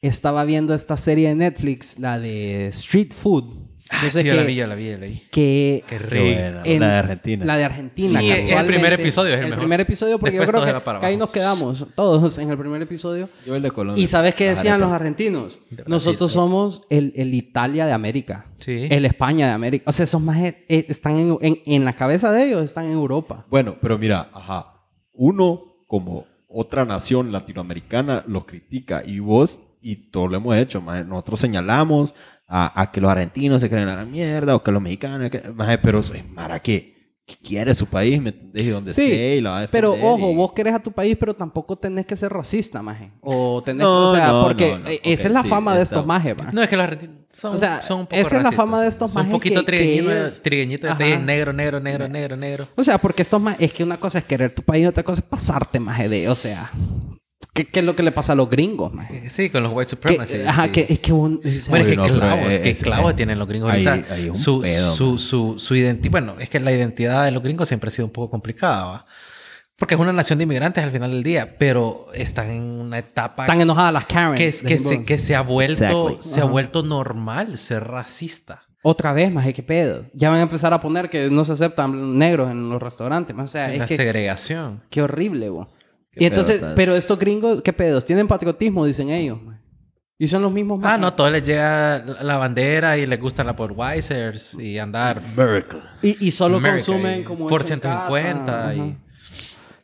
S2: estaba viendo esta serie de Netflix, la de Street Food. Yo sé
S3: Ah, sí, yo
S2: que-
S3: la vi, yo la vi, yo la vi.
S2: que
S3: Qué
S1: Qué
S3: rico.
S1: buena, la de Argentina.
S2: La de Argentina.
S3: Sí, el
S2: casualmente.
S3: primer episodio es el
S2: el
S3: mejor.
S2: primer episodio porque
S3: Después
S2: yo
S3: todo se
S2: creo
S3: va para
S2: que, que ahí
S3: abajo.
S2: nos quedamos todos en el primer episodio.
S1: Yo el de Colombia.
S2: ¿Y sabes qué
S1: Las
S2: decían los
S1: arepas.
S2: argentinos?
S3: De Brasil,
S2: Nosotros
S3: eh.
S2: somos el, el Italia de América.
S3: Sí.
S2: El España de América. O sea, esos más eh, están en, en- en la cabeza de ellos, están en Europa.
S1: Bueno, pero mira, ajá. Uno, como otra nación latinoamericana, los critica y vos, y todo lo hemos hecho, maje. Nosotros señalamos a, a que los argentinos se creen a la mierda o que los mexicanos, que- maje, pero es mara que, que quiere su país, ¿me entendés? Y donde esté y la va a
S2: pero
S1: defender
S2: ojo,
S1: y-
S2: vos querés a tu país, pero tampoco tenés que ser racista, maje. O tenés
S1: No,
S2: o sea,
S1: no,
S2: porque
S1: no, no.
S2: eh,
S1: Ok,
S2: esa es la
S1: sí,
S2: fama de estos
S1: está-
S2: majes, maje.
S3: No, es que los argentinos son,
S2: O sea,
S3: son un poco
S2: esa es la
S3: racistas.
S2: fama de estos
S3: Son un
S2: majes
S3: poquito
S2: que- que
S3: trigueñito,
S2: ellos-
S3: trigueñito de
S2: Ajá. Eh,
S3: tez, negro, negro, negro, negro, negro.
S2: O sea, porque esto es más, es que una cosa es querer tu país y otra cosa es pasarte más de, o sea, ¿qué, qué es lo que le pasa a los gringos, más?
S3: Eh, Sí, con los white
S2: Que, eh,
S3: supremacists.
S2: ajá,
S3: sí.
S2: que es que un- o sea,
S3: Bueno, es que
S1: Oye, no, pero
S3: clavos,
S1: es-
S3: que
S1: es-
S3: clavos
S1: eh,
S3: tienen los gringos
S1: ahí-
S3: ahorita.
S1: ahí es un
S3: su,
S1: pedo,
S3: su,
S1: man.
S3: su, su identi- Bueno, es que la identidad de los gringos siempre ha sido un poco complicada, ¿va? Porque es una nación de inmigrantes al final del día, pero están en una etapa
S2: están enojadas las Karens.
S3: que, es- que,
S2: decimos.
S3: se, que se ha vuelto,
S4: Exactly.
S3: se ha vuelto normal ser racista.
S2: Otra vez, más, ¿qué pedo? Ya van a empezar a poner que no se aceptan negros en los restaurantes, maje. O sea,
S3: la
S2: es que
S3: segregación.
S2: qué horrible, vos.
S4: Qué
S2: Y entonces,
S4: pedo, ¿sabes?
S2: pero estos gringos, ¿qué pedos? Tienen patriotismo, dicen ellos, maje. Y son los mismos
S3: Ah,
S2: majes.
S3: no, todo les llega la la bandera y les gusta la Budweiser's y andar.
S1: Miracle.
S2: Y, y solo
S3: America
S2: consumen
S3: y
S2: como
S3: Ford
S2: hecho en casa.
S3: 150 y-
S2: Ajá.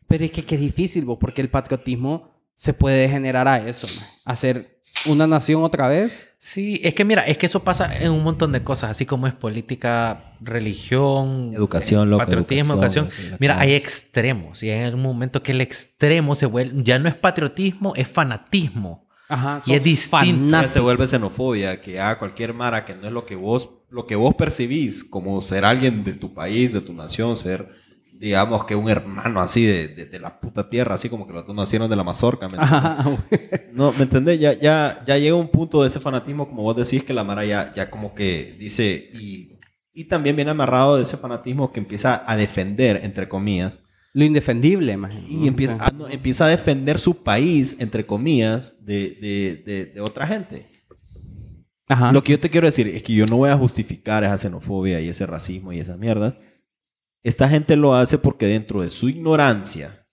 S2: Pero es que qué difícil, vos, porque el patriotismo se puede generar a eso, man. hacer una nación otra vez.
S3: Sí, es que mira, es que eso pasa en un montón de cosas, así como es política, religión, eh,
S4: Educación, loco,
S3: patriotismo,
S4: educación,
S3: educación.
S4: güey, la
S3: Mira,
S4: clave.
S3: hay extremos y hay algún momento que el extremo se vuelve, ya no es patriotismo, es fanatismo.
S2: Ajá,
S3: Y es distinto.
S1: Que se vuelve xenofobia, que a cualquier mara que no es lo que vos lo que vos percibís como ser alguien de tu país, de tu nación, ser digamos que un hermano así de, de- de la puta tierra, así como que los dos nacieron de la mazorca. ¿me entendés? No, ¿me entendés? Ya, ya, ya llega un punto de ese fanatismo, como vos decís, que la mara ya, ya como que dice, y, y también viene amarrado de ese fanatismo que empieza a defender, entre comillas,
S2: Lo indefendible, man.
S1: y empieza, ah, no, empieza a defender su país, entre comillas, de- de- de- de otra gente.
S2: Ajá.
S1: Lo que yo te quiero decir es que yo no voy a justificar esa xenofobia y ese racismo y esas mierdas. Esta gente lo hace porque dentro de su ignorancia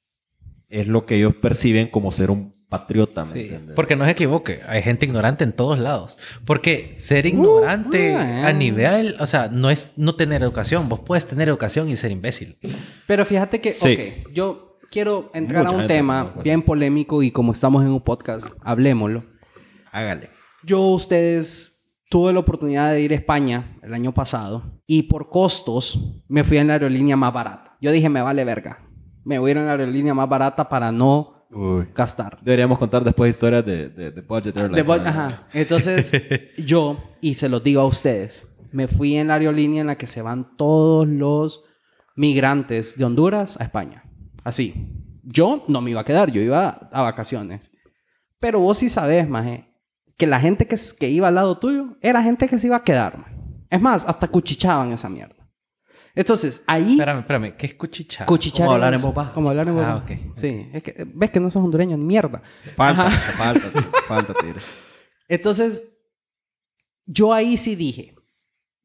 S1: es lo que ellos perciben como ser un patriota, ¿me
S3: Sí,
S1: entiendes?
S3: porque no se equivoque, hay gente ignorante en todos lados. Porque ser ignorante
S2: ah,
S3: a
S2: eh.
S3: nivel, o sea, no es no tener educación. Vos puedes tener educación y ser imbécil.
S2: Pero fíjate que,
S1: Sí.
S2: ok, yo quiero entrar
S1: Mucha
S2: a un
S1: gente
S2: tema
S1: conoce.
S2: bien polémico y como estamos en un podcast, hablemoslo.
S1: Hágale.
S2: Yo ustedes tuve la oportunidad de ir a España el año pasado y por costos me fui en la aerolínea más barata. Yo dije, me vale verga. Me voy a ir en la aerolínea más barata para no gastar.
S1: Deberíamos contar después historias de, de, de Budget Airlines.
S2: De vol-
S1: ¿no?
S2: ajá. Entonces, yo, y se los digo a ustedes, me fui en la aerolínea en la que se van todos los migrantes de Honduras a España. Así. Yo no me iba a quedar, yo iba a vacaciones. Pero vos sí sabés, maje, que la gente que, s- que iba al lado tuyo era gente que se iba a quedar, maje. Es más, hasta cuchichaban esa mierda. Entonces, ahí...
S3: Espérame, espérame. ¿Qué es cuchichar?
S2: Cuchichar
S1: Como hablar
S2: es-
S1: en voz baja.
S2: Como hablar en voz
S3: Ah,
S2: baja.
S3: ok, ok.
S2: Sí, es que ves que no sos hondureño, mierda.
S1: Te Falta, te falta, te falta, tigre.
S2: Entonces, yo ahí sí dije,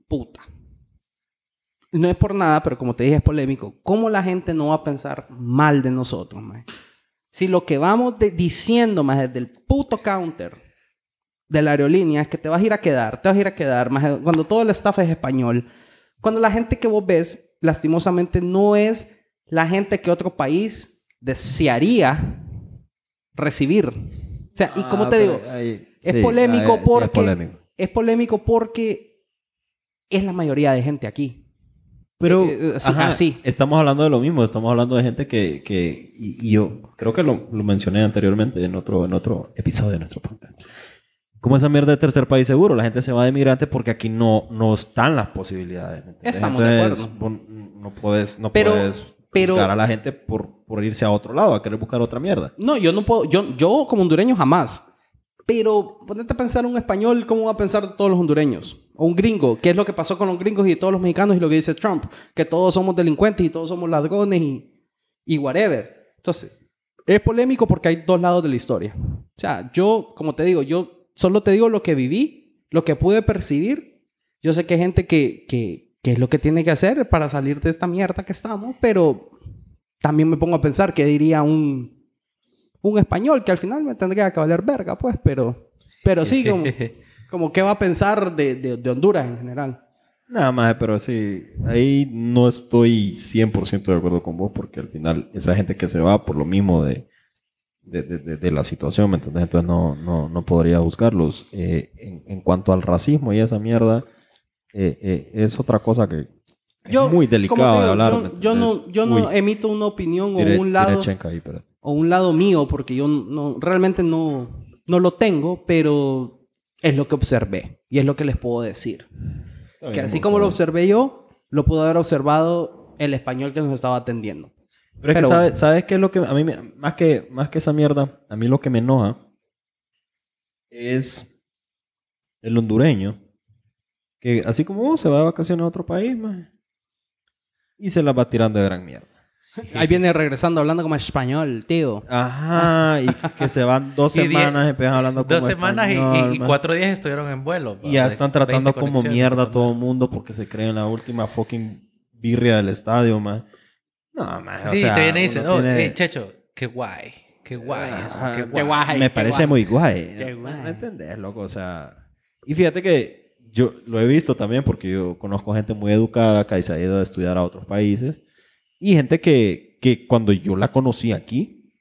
S2: puta. No es por nada, pero como te dije, es polémico. ¿Cómo la gente no va a pensar mal de nosotros, mae? Si lo que vamos de- diciendo, más desde el puto counter de la aerolínea es que te vas a ir a quedar, te vas a ir a quedar, más cuando todo el staff es español, cuando la gente que vos ves, lastimosamente, no es la gente que otro país desearía recibir. O sea, y como
S1: Ah,
S2: te
S1: pero
S2: digo,
S1: ahí-
S2: es
S1: sí,
S2: polémico
S1: ahí- sí,
S2: porque
S1: es polémico.
S2: es polémico porque es la mayoría de gente aquí.
S1: Pero
S2: Eh, eh, así-
S1: ajá,
S2: así.
S1: estamos hablando de lo mismo, estamos hablando de gente que, que- y, y yo creo que lo, lo mencioné anteriormente en otro, en otro episodio de nuestro podcast. Como esa mierda de tercer país seguro, la gente se va de migrante porque aquí no, no están las posibilidades. ¿me entiendes?
S2: Estamos de
S1: Entonces,
S2: acuerdo.
S1: vos No puedes, no
S2: Pero-
S1: puedes
S2: pero-
S1: juzgar a la gente por, por irse a otro lado, a querer buscar otra mierda.
S2: No, yo no puedo, yo, yo como hondureño jamás. Pero ponete a pensar un español, ¿cómo va a pensar de todos los hondureños? O un gringo, ¿qué es lo que pasó con los gringos y de todos los mexicanos y lo que dice Trump? Que todos somos delincuentes y todos somos ladrones y, y whatever. Entonces, es polémico porque hay dos lados de la historia. O sea, yo, como te digo, yo solo te digo lo que viví, lo que pude percibir. Yo sé que hay gente que, que, que es lo que tiene que hacer para salir de esta mierda que estamos, pero también me pongo a pensar qué diría un, un español que al final me tendría que valer verga, pues, pero, pero sí, como, como qué va a pensar de, de- de Honduras en general.
S1: Nada más, pero sí, ahí no estoy 100% de acuerdo con vos porque al final esa gente que se va por lo mismo de, de, de- de- de la situación, ¿me entendés? Entonces no, no, no podría juzgarlos. Eh, en, en cuanto al racismo y esa mierda, eh, eh, es otra cosa que es muy
S2: como te
S1: delicado
S2: digo,
S1: de hablar.
S2: Yo, yo no, yo no emito una opinión o un lado. o un lado mío, porque yo no, realmente no, no lo tengo, pero es lo que observé y es lo que les puedo decir. Que así como lo observé yo, lo pudo haber observado el español que nos estaba atendiendo.
S1: Pero es
S2: Pero
S1: que
S2: bueno.
S1: ¿sabes, sabes qué es lo que a mí me- más que más que esa mierda, a mí lo que me enoja es el hondureño que así como vos, se va de vacaciones a otro país, maje, y se la va tirando de gran mierda.
S2: Ahí viene regresando hablando como español, tío.
S1: Ajá, y que- que se van dos
S3: Y diez-
S1: semanas, empiezan hablando como
S3: Dos semanas y-
S1: español,
S3: y, y
S1: maje.
S3: cuatro días estuvieron en vuelo.
S1: Y ya
S3: ¿vale?
S1: están tratando
S3: 20
S1: como
S3: conexiones,
S1: mierda a
S3: puta
S1: todo el
S3: madre.
S1: mundo porque se creen la última fucking birria del estadio, man. No, man.
S3: Sí,
S1: o sea,
S3: te viene y dice,
S1: uno
S3: oh,
S1: tiene-
S3: hey, Checho, qué guay. Qué guay. eso,
S1: Ajá,
S3: qué
S1: me
S3: guay.
S2: guay,
S1: me
S2: qué
S1: parece
S2: guay.
S1: muy guay.
S2: Qué
S1: ¿no?
S2: guay.
S1: ¿Me entendés, loco? O sea, y fíjate que yo lo he visto también porque yo conozco gente muy educada que se ha ido a estudiar a otros países y gente que, que cuando yo la conocí aquí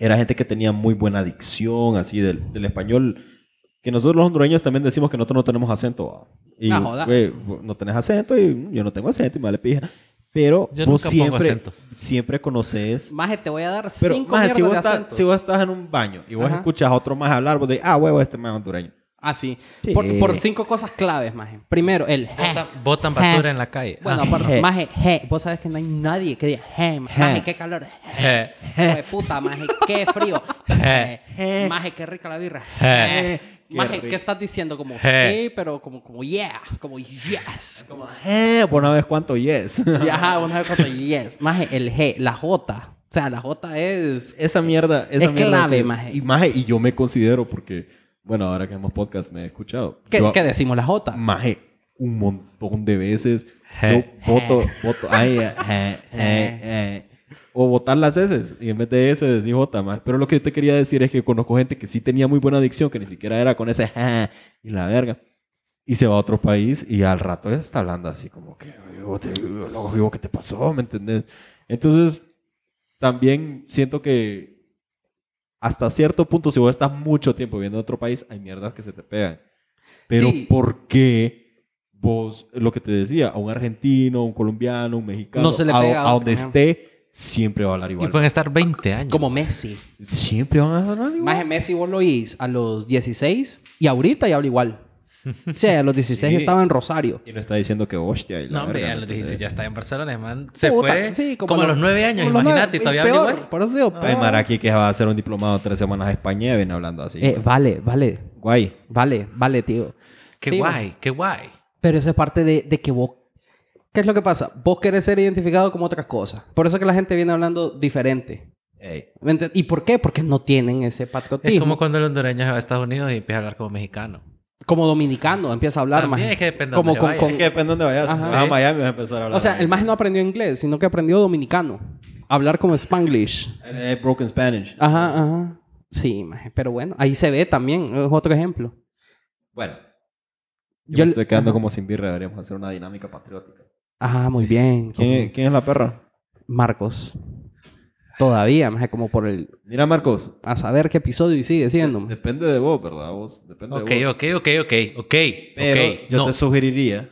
S1: era gente que tenía muy buena dicción, así del, del español. Que nosotros los hondureños también decimos que nosotros no tenemos acento. ¿va? Y,
S2: No jodas.
S1: güey, vos no tenés acento y yo no tengo acento y me vale pija. Pero
S3: Yo
S1: vos
S3: nunca pongo
S1: siempre,
S3: acento.
S1: siempre conoces
S2: Maje, te voy a dar
S1: pero,
S2: cinco
S1: maje, si,
S2: mierdas
S1: vos
S2: de
S1: estás-
S2: acentos.
S1: si vos estás en un baño y vos
S2: Ajá.
S1: escuchas a otro más hablar, vos decís, ah, huevo, este más hondureño.
S2: Ah, sí.
S1: Sí.
S2: Por, por cinco cosas claves, maje. Primero, el
S3: Botan, botan basura en la calle.
S2: Bueno,
S3: Ah.
S2: aparte,
S1: Je.
S2: maje, je. Vos sabés que no hay nadie que diga, je, maje,
S1: Je.
S2: qué calor, je.
S1: eh,
S3: Je.
S2: Hijo de puta, maje, qué frío.
S1: Je.
S2: maje, qué rica la birra.
S3: Je.
S2: maje,
S1: rico.
S2: ¿qué estás diciendo? Como
S3: Je.
S2: sí, pero como, como yeah, como yes.
S1: Como, eh, por una vez cuánto yes.
S2: Y ajá, una vez cuando yes. Maje, el G, la J. O sea, la J es...
S1: esa mierda, esa
S2: Es
S1: mierda
S2: clave,
S1: sí
S2: maje.
S1: Y maje, y yo me considero porque, bueno, ahora que hemos podcast me he escuchado.
S2: ¿Qué,
S1: Yo- Mm.
S2: qué decimos la J?
S1: Maje, un montón de veces yo
S3: Je.
S1: voto, voto, ay, eh, eh, eh, eh. O votar las S y en vez de S decir J, maje. Pero lo que te quería decir es que conozco gente que sí tenía muy buena adicción, que ni siquiera era con ese je y la verga. Y se va a otro país y al rato ya está hablando así como que, "Yo te- yo, loco, vivo, ¿qué te pasó? ¿Me entendés? Entonces, también siento que hasta cierto punto, si vos estás mucho tiempo viviendo en otro país, hay mierdas que se te pegan. Pero
S2: Sí.
S1: ¿por qué vos, lo que te decía, a un argentino, a un colombiano, a un mexicano,
S2: No se le
S1: a,
S2: pega a
S1: a donde
S2: otro,
S1: esté, siempre va a hablar
S3: Y pues,
S1: igual? Ah,
S3: pueden estar 20 años.
S2: Como Messi.
S1: Siempre van a hablar igual.
S2: Más em- de Messi vos lo oís a los 16 y ahorita ya habla igual. O sea, a los 16
S1: Sí.
S2: estaba en Rosario.
S1: Y no está diciendo que hostia. Y la
S3: No, hombre,
S1: verga,
S3: ya
S1: ¿me
S3: lo dijiste, ya
S1: entendés?
S3: está en Barcelona, man. Se
S2: Puta,
S3: fue
S2: sí,
S3: como, a los 9 años,
S2: como a los
S3: imagínate,
S2: nueve,
S3: y todavía habla
S2: peor,
S3: igual.
S2: Por eso digo,
S1: Hay
S2: peor.
S1: Maraki que va a hacer un diplomado tres semanas a España y viene hablando así.
S2: Eh, vale, vale,
S1: Guay.
S2: vale, vale, tío.
S3: Qué
S2: Sí,
S3: guay, qué guay.
S2: Pero eso es parte de, de que vos... ¿Qué es lo que pasa? Vos querés ser identificado como otras cosas. Por eso es que la gente viene hablando diferente.
S1: Ey.
S2: ¿Me entiendes? ¿Y por qué? Porque no tienen ese
S3: Es
S2: patriotismo.
S3: como
S2: Como,
S3: cuando el hondureño se va a Estados Unidos y empieza a hablar como mexicano.
S2: dominicano, empieza a hablar
S3: También
S2: maje.
S3: es que depende
S2: como
S3: dónde
S2: con,
S3: vayas.
S2: con-
S1: Es que depende de dónde vayas. Si
S2: Ajá.
S1: vas a
S3: Sí.
S1: Miami vas a empezar a hablar.
S2: O sea, el maje no aprendió inglés, sino que aprendió dominicano. Hablar como spanglish.
S1: Eh, broken Spanish.
S2: Ajá, ajá. Sí, maje. Pero bueno, ahí se ve también. Es otro ejemplo.
S1: Bueno. Yo,
S2: Yo-
S1: me estoy quedando
S2: ajá.
S1: como sin birra. Deberíamos hacer una dinámica patriótica.
S2: Ajá, Ah, muy bien.
S1: ¿Quién, quién es la perra?
S2: Marcos. Todavía, maje, como por el...
S1: Mira, Marcos.
S2: A saber qué episodio y sigue siendo. maje.
S1: Depende de vos, ¿verdad? Vos, depende
S3: Ok,
S1: de vos.
S3: ok, ok, ok, ok.
S1: Pero
S3: ok,
S1: yo
S3: no.
S1: te sugeriría.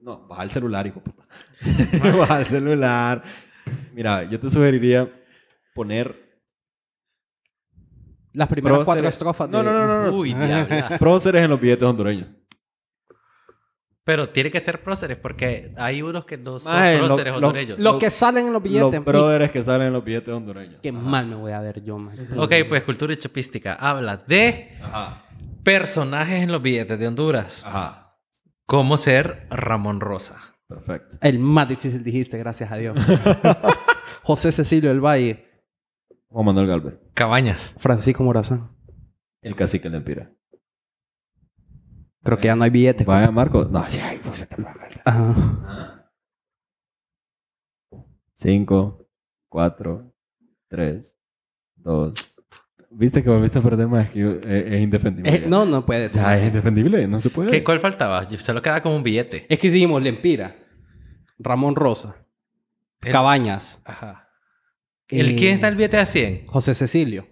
S1: No, baja el celular, hijo de puta. baja el celular. Mira, yo te sugeriría poner
S2: Las primeras
S1: Próceres.
S2: cuatro estrofas.
S1: No,
S2: de-
S1: no, no, no, no.
S3: Uy, diabla.
S1: próceres en los billetes hondureños.
S3: Pero tiene que ser próceres porque hay unos que no son
S1: Maje, lo-
S3: próceres
S1: lo-
S3: hondureños.
S2: Los
S1: Lo-
S2: que salen en los billetes.
S1: Los brothers que salen en los billetes hondureños.
S2: Y Qué
S1: Ajá.
S2: mal me voy a ver yo, maje.
S3: Ok, pues cultura y chapística. Habla de
S1: Ajá.
S3: personajes en los billetes de Honduras.
S1: Ajá.
S3: ¿Cómo ser Ramón Rosa?
S1: Perfecto.
S2: El más difícil dijiste, gracias a Dios. José Cecilio del Valle,
S1: Juan Manuel Galvez.
S3: Cabañas.
S2: Francisco Morazán.
S1: El cacique del Empira.
S2: Creo que ya no hay billetes.
S1: Vaya, Marcos. No, sí. ay,
S2: Ajá.
S1: Cinco, cuatro, tres, dos. ¿Viste que volviste a perder más? Que yo- eh, es indefendible.
S2: Eh, no, no puedes.
S1: Ya, es indefendible. No se puede.
S3: ¿Qué, ¿Cuál faltaba? Yo- Solo queda como un billete.
S2: Es que seguimos Lempira, Ramón Rosa,
S3: El-
S2: Cabañas,
S3: Ajá. ¿El
S2: Eh,
S3: quién está el billete a 100?
S2: José Cecilio.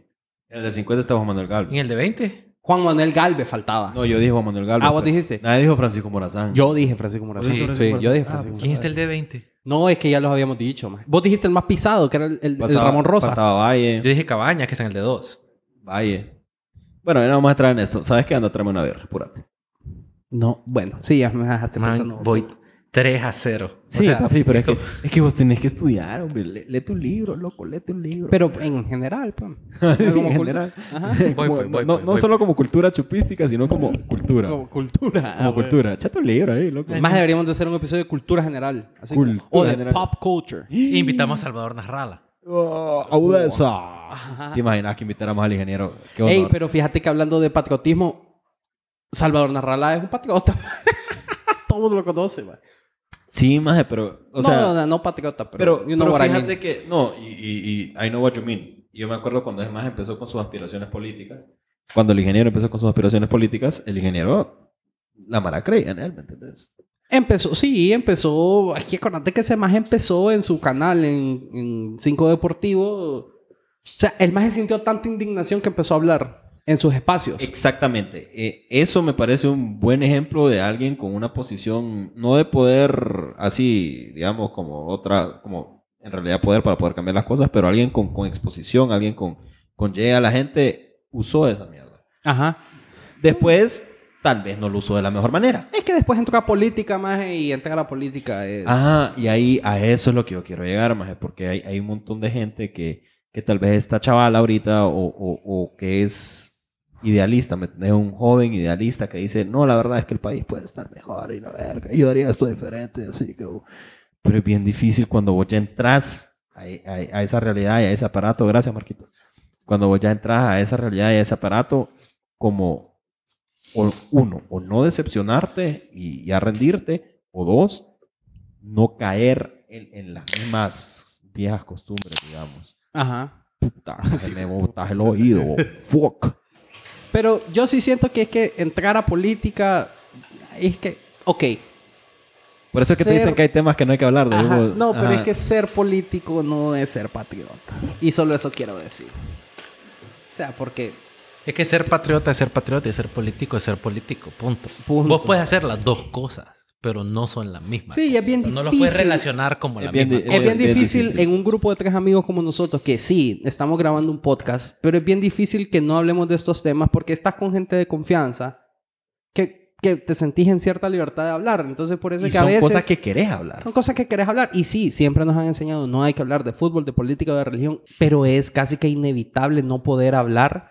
S1: El de 50 está Juan Manuel
S3: ¿Y
S1: Galvez.
S3: el de 20?
S2: Juan Manuel Galvez faltaba.
S1: No, yo dije Juan Manuel Galvez.
S2: Ah, vos
S1: pero
S2: dijiste.
S1: Nadie dijo Francisco Morazán.
S2: Yo dije Francisco Morazán.
S3: Sí,
S2: Sí,
S1: Francisco
S2: yo
S1: Morazán.
S2: dije
S1: Ah,
S2: Francisco
S3: ¿Quién
S2: Morazán.
S3: está el de 20?
S2: No, es que ya los habíamos dicho. maje. Vos dijiste el más pisado, que era el, el- el
S1: Pasaba-
S2: Ramón Rosa.
S1: Pasaba Valle.
S3: Yo dije Cabañas, que es en el de 2.
S1: Valle. Bueno, ya no vamos a entrar en esto. ¿Sabes qué? Anda, tráeme una birra. Apúrate.
S2: No, bueno, sí, ya me dejaste pensando.
S3: voy 3 a 0.
S1: Sí, papi, pero es que, es que vos tenés que estudiar, hombre. Lee, lee tu libro, loco. Lee tu libro.
S2: Pero en general, pues.
S1: Sí,
S2: Como
S1: en
S2: cultu-
S1: general.
S2: Ajá.
S3: Voy,
S1: Como-
S3: pues, voy,
S1: no
S3: pues,
S1: no
S3: voy,
S1: solo como cultura chupística, sino como cultura.
S2: Como cultura. Ah,
S1: como cultura. Echa tu libro ahí, loco.
S2: Más deberíamos de hacer un episodio de cultura general. Así
S1: Cultura
S2: como- o de
S1: general.
S2: pop culture.
S3: Invitamos a Salvador Nasralla.
S1: Oh, audeza. ¿Te imaginas que invitáramos al ingeniero? Qué honor.
S2: Ey, pero fíjate que hablando de patriotismo, Salvador Narrala es un patriota. Todo el mundo lo conoce, man.
S1: Sí, maje, pero... O
S2: no,
S1: sea,
S2: no, no, no patriota, pero,
S1: pero,
S2: you know
S1: pero
S2: what I
S1: fíjate
S2: mean.
S1: que... No, y, y, y I know what you mean. Yo me acuerdo cuando es más empezó con sus aspiraciones políticas. Cuando el ingeniero empezó con sus aspiraciones políticas, el ingeniero... La mara creía en él, ¿me entendés?
S2: Empezó, sí, empezó. Aquí acordate que ese más empezó en su canal, en, en Cinco Deportivo. O sea, el más sintió tanta indignación que empezó a hablar en sus espacios.
S1: Exactamente. Eh, eso me parece un buen ejemplo de alguien con una posición, no de poder así, digamos, como otra, como en realidad poder para poder cambiar las cosas, pero alguien con, con exposición, alguien con, con llega a la gente, usó esa mierda.
S2: Ajá.
S1: Después, tal vez no lo usó de la mejor manera.
S2: Es que después entró a política más y entrar a la política es.
S1: Ajá, Ah, y ahí a eso es lo que yo quiero llegar, maje, porque hay, hay un montón de gente que, que tal vez está chaval ahorita o, o- o que es idealista, ¿me entendés? Un joven idealista que dice, no, la verdad es que el país puede estar mejor y la verga, yo haría esto diferente, así que... uh". Pero es bien difícil cuando vos ya entras a, a- a esa realidad y a ese aparato, gracias Marquito, cuando vos ya entras a esa realidad y a ese aparato como... O uno, o no decepcionarte y ya rendirte, o dos, no caer en, en las mismas viejas costumbres, digamos.
S2: Ajá.
S1: Puta, se me botas el oído, fuck.
S2: Pero yo sí siento que es que entrar a política es que, ok,
S1: Por eso es que te
S2: Ser-
S1: dicen que hay temas que no hay que hablar.
S2: Ajá,
S1: digamos,
S2: No, pero
S1: ajá.
S2: es que ser político no es ser patriota. Y solo eso quiero decir. O sea, porque
S3: Es que ser patriota es ser patriota y ser político es ser político, punto.
S2: Punto.
S3: Vos puedes hacer las dos cosas, pero no son las mismas.
S2: Sí, y es bien
S3: No los puedes
S2: difícil.
S3: relacionar como
S1: Es
S3: la
S1: bien
S3: misma.
S1: di-
S3: cosa.
S2: es bien
S1: bien
S2: difícil,
S1: difícil.
S2: en un grupo de tres amigos como nosotros, que sí, estamos grabando un podcast, pero es bien difícil que no hablemos de estos temas porque estás con gente de confianza que, que te sentís en cierta libertad de hablar. Entonces, por eso
S1: Y
S2: es que a
S1: son
S2: veces...
S1: cosas que querés hablar.
S2: Son cosas que querés hablar. Y sí, siempre nos han enseñado, no hay que hablar de fútbol, de política, de religión, pero es casi que inevitable no poder hablar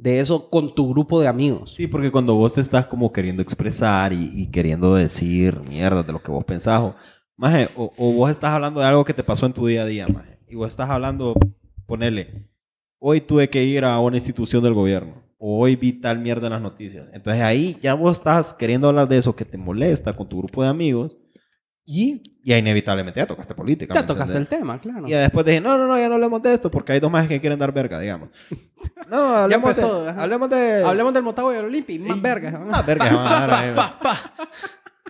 S2: de eso con tu grupo de amigos.
S1: Sí, porque cuando vos te estás como queriendo expresar y, y queriendo decir mierda de lo que vos pensás, o, maje, o, o vos estás hablando de algo que te pasó en tu día a día, maje, y vos estás hablando, ponele, hoy tuve que ir a una institución del gobierno, o hoy vi tal mierda en las noticias. Entonces ahí ya vos estás queriendo hablar de eso que te molesta con tu grupo de amigos, y ya inevitablemente ya tocaste política.
S2: Ya
S1: ¿me
S2: tocaste
S1: entendés?
S2: el tema, claro.
S1: Y ya después dije, no, no, no, ya no hablemos de esto porque hay dos más que quieren dar verga, digamos. No, hablemos,
S2: empezó,
S1: de,
S2: ajá.
S1: hablemos de...
S2: Hablemos del Motagua y del Olimpi, más vergas. ¿no?
S1: Más verga, van a dar ahí,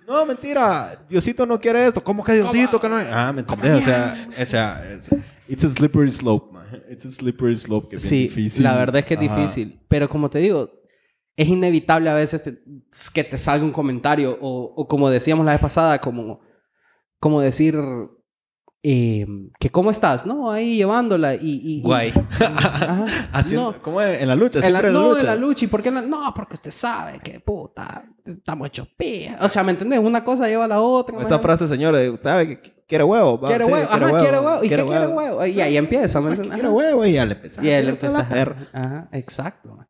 S1: No, mentira. Diosito no quiere esto. ¿Cómo que Diosito que no? Ah, me entendés. O sea, o sea, es- it's a slippery slope, man. It's a slippery slope que es bien
S2: Sí,
S1: difícil.
S2: la verdad es que es
S1: Ajá.
S2: difícil. Pero como te digo, es inevitable a veces te- que te salga un comentario o, o como decíamos la vez pasada, como, como decir eh, que cómo estás, ¿no? Ahí llevándola y... y- y-
S3: Guay.
S2: Ajá.
S1: Haciendo,
S2: No.
S1: Ah, ¿Cómo es? En la lucha,
S2: En la,
S1: siempre en la
S2: no,
S1: lucha.
S2: en la lucha. ¿Y por qué en la- no? Porque usted sabe que puta, estamos hechos pija. O sea, ¿me entendés? Una cosa lleva a la otra.
S1: Esa
S2: man.
S1: frase, señores, ¿sabe? Que quiere huevo. va,
S2: Quiere
S1: sí,
S2: huevo. Ajá, quiere huevo. ¿Y qué quiere huevo? Y ahí empieza, ¿me
S1: Ah, que
S2: entendés?
S1: Quiere
S2: Ajá.
S1: huevo y ya le empezás.
S2: Y él
S1: le
S2: empezó a
S1: empezás ver.
S2: Ajá, exacto. man.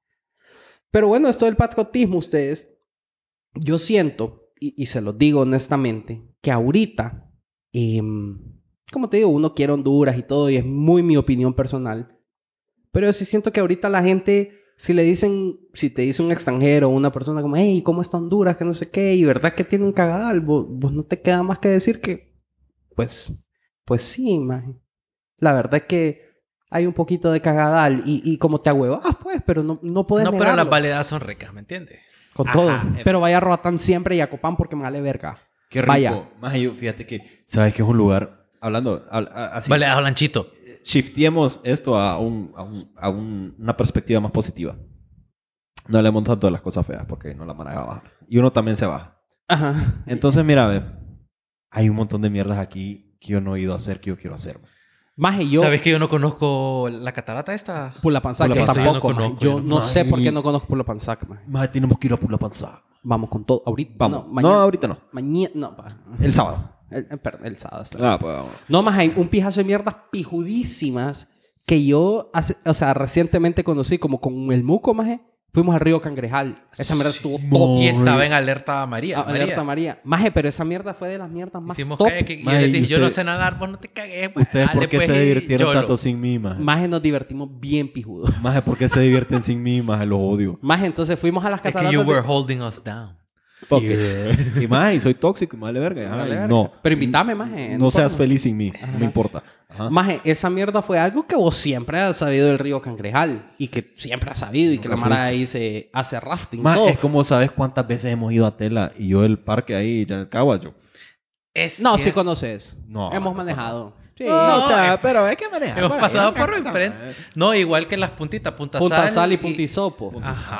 S2: Pero bueno, esto del patriotismo, ustedes, yo siento, y, y se lo digo honestamente, que ahorita, em, como te digo, uno quiere Honduras y todo, y es muy mi opinión personal, pero yo sí siento que ahorita la gente, si le dicen, si te dice un extranjero o una persona como, hey, ¿cómo está Honduras? Que no sé qué, y verdad que tienen cagadal, vos, vos no te queda más que decir que, pues, pues sí, man. La verdad es que hay un poquito de cagadal y, y como te ahuevas, pues, pero no, no puedes
S3: No, pero
S2: negarlo.
S3: las validadas son ricas, ¿me entiendes?
S2: Con
S1: Ajá,
S2: todo.
S1: eh.
S2: Pero vaya a Roatán siempre y a Copán porque me vale verga.
S1: Qué rico.
S2: Vaya.
S1: Más yo, fíjate que, ¿sabes que es un lugar? Hablando, habla- a- así.
S3: Baleadas Blanchito.
S1: shiftiemos esto a, un- a un- a un- una perspectiva más positiva. No hablemos tanto de las cosas feas porque no la maraja baja. Y uno también se baja.
S2: Ajá.
S1: Entonces, mira, ve, hay un montón de mierdas aquí que yo no he ido a hacer, que yo quiero hacer.
S2: Más y yo,
S3: ¿Sabes que yo no conozco la catarata esta?
S2: Pulapanzac, yo
S3: Pulapanzac, yo no
S2: tampoco. maje. Yo no,
S3: conozco, yo no conozco.
S2: sé por qué no conozco Pulapanzac, maje.
S1: Más tenemos que ir a Pula Panza.
S2: Vamos con todo. Ahorita.
S1: Vamos.
S2: No,
S1: No,
S2: mañana.
S1: ahorita no.
S2: mañana. No, pa.
S1: El sábado.
S2: El, el- perdón, el sábado. está bien.
S1: Ah, pues vamos.
S2: No, más hay un pijazo de mierdas pijudísimas que yo, hace- o sea, recientemente conocí como con el muco, maje. Fuimos al río Cangrejal. Esa mierda estuvo top.
S3: Y estaba en alerta María.
S2: Ah, Alerta María. Maje, pero esa mierda fue de las mierdas más
S3: Hicimos
S2: top.
S3: kayaking y yo
S1: Mae,
S3: les dije, yo no
S1: usted-
S3: sé nadar, vos no te cagues. pues,
S1: ¿Ustedes
S3: dale,
S1: por qué
S3: pues,
S1: se
S3: y
S1: divirtieron
S3: yolo".
S1: tanto sin mí, más?
S2: Maje, nos divertimos bien pijudos.
S1: Más por qué se divierten sin mí, más lo odio.
S2: Más entonces fuimos a las
S3: Es
S2: cataratas.
S3: que you
S2: de-
S3: were holding us down.
S1: Fuck it. Y más, y soy tóxico y más le verga.
S2: Vale,
S1: Ay,
S2: verga.
S1: no.
S2: Pero invítame, maje.
S1: No seas
S2: importa.
S1: feliz sin mí. No importa. Ajá.
S2: Maje, esa mierda fue algo que vos siempre has sabido del río Cangrejal. Y que siempre has sabido. Y que la
S1: Nunca
S2: Mara
S1: fuiste.
S2: ahí se hace rafting.
S1: Ma,
S2: todo.
S1: es como sabes cuántas veces hemos ido a Tela y yo el parque ahí, ya en el Caguas, yo.
S3: Es
S2: No, sí
S3: cierto.
S2: conoces.
S1: No,
S2: Hemos
S1: no,
S2: manejado. Sí,
S3: No, o sea,
S1: pero hay que manejar.
S3: Hemos pasado por enfrente.
S2: eh,
S3: No, igual que las puntitas, punta,
S2: Punta
S3: sal,
S2: Sal y
S3: y-
S2: Puntisopo.
S1: Ajá,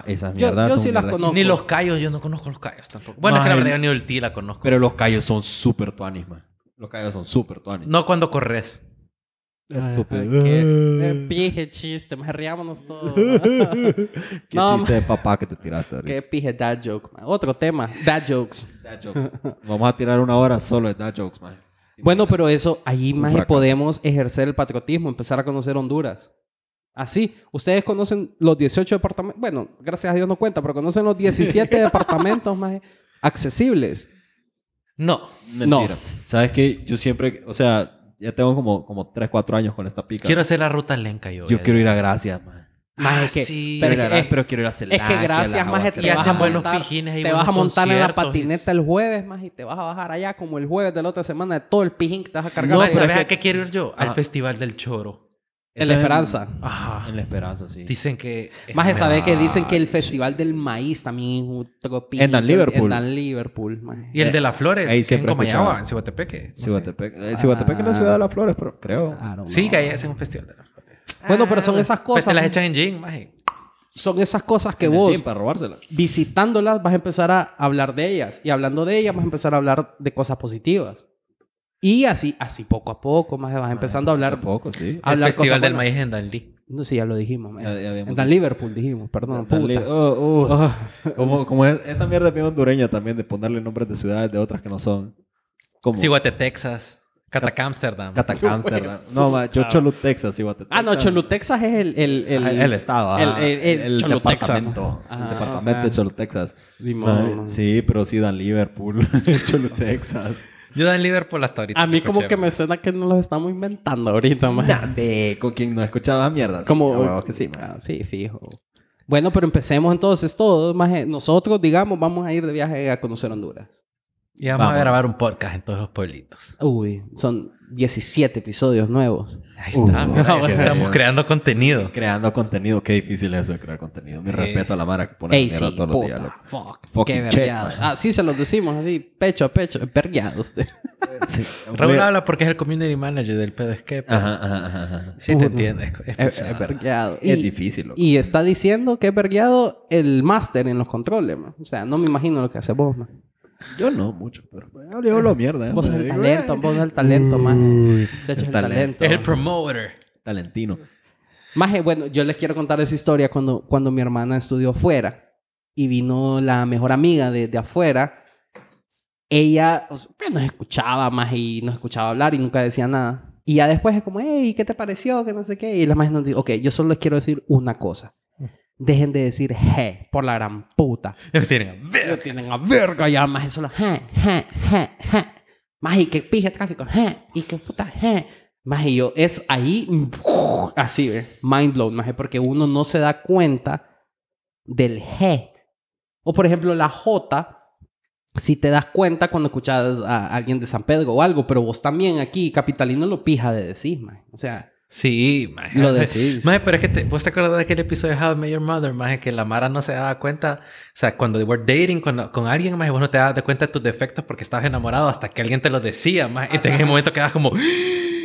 S1: Ah, esas
S2: Yo-
S1: mierdas
S2: yo
S1: son
S2: sí
S1: mierdas
S2: las
S1: que-
S2: conozco.
S3: Ni los callos, yo no conozco los callos tampoco. Bueno, es que la
S1: Mae.
S3: verdad yo ni el ti la conozco.
S1: Pero los callos son súper tuanis, man. Los callos son súper tuanis.
S3: No cuando corres.
S1: Ah, Estúpido.
S2: Ay, Qué eh, pije chiste. Maje, riámonos todos.
S1: Qué
S2: no,
S1: chiste de papá que te tiraste ahorita.
S2: Qué pije dad joke. maje. Otro tema. Dad jokes.
S1: Dad jokes. Vamos a tirar una hora solo de dad jokes, man.
S2: Bueno, pero eso, ahí más
S1: fracaso.
S2: podemos ejercer el patriotismo, empezar a conocer Honduras. Así, ustedes conocen los 18 departamentos, bueno, gracias a Dios no cuenta, pero conocen los 17 departamentos más accesibles.
S3: No.
S1: Mentira. ¿Sabes qué? Yo siempre, o sea, ya tengo como, como 3, 4 años con esta pica.
S3: Quiero hacer la ruta lenca yo.
S1: Yo quiero ir a Gracias, man.
S3: Más
S2: Maje, Ah, que-
S3: sí.
S2: pero
S1: Pero,
S2: es
S1: quiero ir a
S2: que-
S1: Gracias, pero quiero ir a Celaya.
S2: Es que gracias, más
S3: que
S2: te
S3: la
S2: vas a
S3: hacen buenos
S2: montar,
S3: pijines y
S2: te vas a
S3: buenos
S2: montar en la
S3: conciertos.
S2: patineta el jueves, más y te vas a bajar allá como el jueves de la otra semana de todo el pijín que te vas a cargar.
S3: No,
S2: Maje,
S3: ¿sabes
S1: es
S3: a
S1: que-
S2: Ah.
S3: qué quiero ir yo? Al
S1: Ajá.
S3: Festival del Choro.
S2: En
S1: Eso es
S2: la
S1: Ah,
S2: esperanza.
S3: Ajá.
S1: En la esperanza, sí.
S3: Dicen que...
S2: Ah, Más sabe que dicen que el
S1: sí.
S2: Festival del Maíz también es un tropito.
S1: En Dan Liverpool.
S2: En Dan Liverpool, maje.
S3: Y el de las flores,
S1: Ahí
S3: que en
S1: siempre he
S3: Comayagua,
S1: escuchado.
S3: en Cihuatepeque. no sé.
S1: Cihuatepec. Eh, Cihuatepec es la ciudad de las flores, pero creo.
S2: I don't
S3: Sí,
S2: know.
S3: que ahí hacen un festival de las flores.
S2: Bueno, pero son esas
S3: Pues
S2: cosas.
S3: te las echan en jean, maje.
S2: Son esas cosas que
S1: En el
S2: vos,
S1: gym para robársela.
S2: visitándolas, vas a empezar a hablar de ellas. Y hablando de ellas, vas a empezar a hablar de cosas positivas. Y así, así poco a poco, más vas empezando a hablar.
S1: Tampoco, sí.
S2: Ah,
S3: El
S2: Hablar
S3: festival
S2: cosas
S3: del
S2: buenas.
S3: maíz en Dalí.
S2: No sé, ya lo dijimos. maje.
S1: Ya- ya habíamos
S2: en Dan Liverpool dijimos,
S1: Ah,
S2: perdón. puta.
S1: Dale- oh, uh.
S2: Oh.
S1: Como, como es- esa mierda bien hondureña también de ponerle nombres de ciudades de otras que no son. Como
S3: Cihuate, Texas. Catac Amsterdam.
S1: Catacá, Amsterdam. No, ma, yo Cholu, Texas, Iguatepeque.
S2: Ah, no, Cholutexas es el... El,
S1: El, Ah, el estado,
S2: el-
S1: ajá.
S2: el- el Cholutexas.
S1: departamento.
S2: Ajá,
S1: el
S2: o
S1: departamento
S2: sea.
S1: de Cholu, Texas.
S2: Ni
S1: Ma,
S2: modo.
S1: sí, pero sí dan Liverpool. Cholu, Texas.
S3: Yo dan Liverpool hasta ahorita.
S2: A mí
S3: escuché,
S2: como que me
S3: maje.
S2: suena que nos los estamos inventando ahorita, maje.
S1: Nambe, con quien no escuchaba mierda. Sí,
S2: Como-
S1: a huevos que sí, ma.
S2: Ah, sí, fijo. Bueno, pero empecemos entonces todos. maje. Nosotros, digamos, vamos a ir de viaje a conocer Honduras.
S3: Y vamos,
S1: Vamos.
S3: a grabar un podcast en todos esos pueblitos.
S2: Uy, son 17 episodios nuevos.
S3: Ahí está.
S2: Ah,
S1: Uh,
S3: Ah, mira,
S1: qué
S3: estamos
S1: bello.
S3: creando contenido.
S1: Creando contenido, qué difícil es eso de crear contenido. Mi
S3: Sí.
S1: respeto a la Mara que pone
S2: Ey,
S1: mierda
S2: sí,
S1: todos los días.
S2: puta,
S1: loco.
S2: fuck,
S1: Fucking
S2: qué
S1: check,
S2: vergueado.
S1: man.
S2: Ah, sí, se los decimos así, pecho a pecho, vergueados.
S1: Sí.
S3: Raúl habla porque es el community manager del pedo es que... pero
S1: Ajá, ajá, ajá, ajá.
S3: Sí te
S2: Puta.
S3: entiendes. es
S2: Es,
S3: pesado.
S2: vergueado.
S1: Es
S2: Y-
S1: difícil, loco.
S2: Y está diciendo que es vergueado el máster en los controles, man. O sea, no me imagino lo que hace vos, man.
S1: Yo no mucho, pero bueno, yo hablo mierda. ¿eh?
S2: Vos sos
S1: Me
S2: el
S1: digo,
S2: talento,
S1: "Ay,
S2: vos sos el talento, maje. Muchachos, el
S1: el talento.
S2: talento.
S3: Es el promoter.
S1: Talentino.
S2: Maje, bueno, yo les quiero contar esa historia cuando, cuando mi hermana estudió fuera y vino la mejor amiga de, de afuera. Ella o sea, pues, nos escuchaba más y nos escuchaba hablar y nunca decía nada. Y ya después es como, hey, ¿qué te pareció? Que no sé qué. Y la maje nos dijo, ok, yo solo les quiero decir una cosa. Dejen de decir je por la gran puta.
S3: Ellos tienen...
S2: Pero tienen a verga ya, maje, solo je, je, je, je. Maje, y que pije tráfico, je, y que puta, je. Maje, yo, es ahí, mm, así, ve, mind blown, maje, porque uno no se da cuenta del je. O por ejemplo, la J, si te das cuenta cuando escuchas a alguien de San Pedro o algo, pero vos también aquí, capitalino, lo pija de decir, maje. O sea,
S3: Sí, maje.
S2: Lo decís.
S3: Maje, pero es que te, vos te acuerdas de aquel episodio de How I Met Your Mother, maje, que la Mara no se daba cuenta. O sea, cuando were dating con, con alguien, maje, vos no te dabas de cuenta de tus defectos porque estabas enamorado hasta que alguien te los decía, maje. Y en ese momento quedabas como...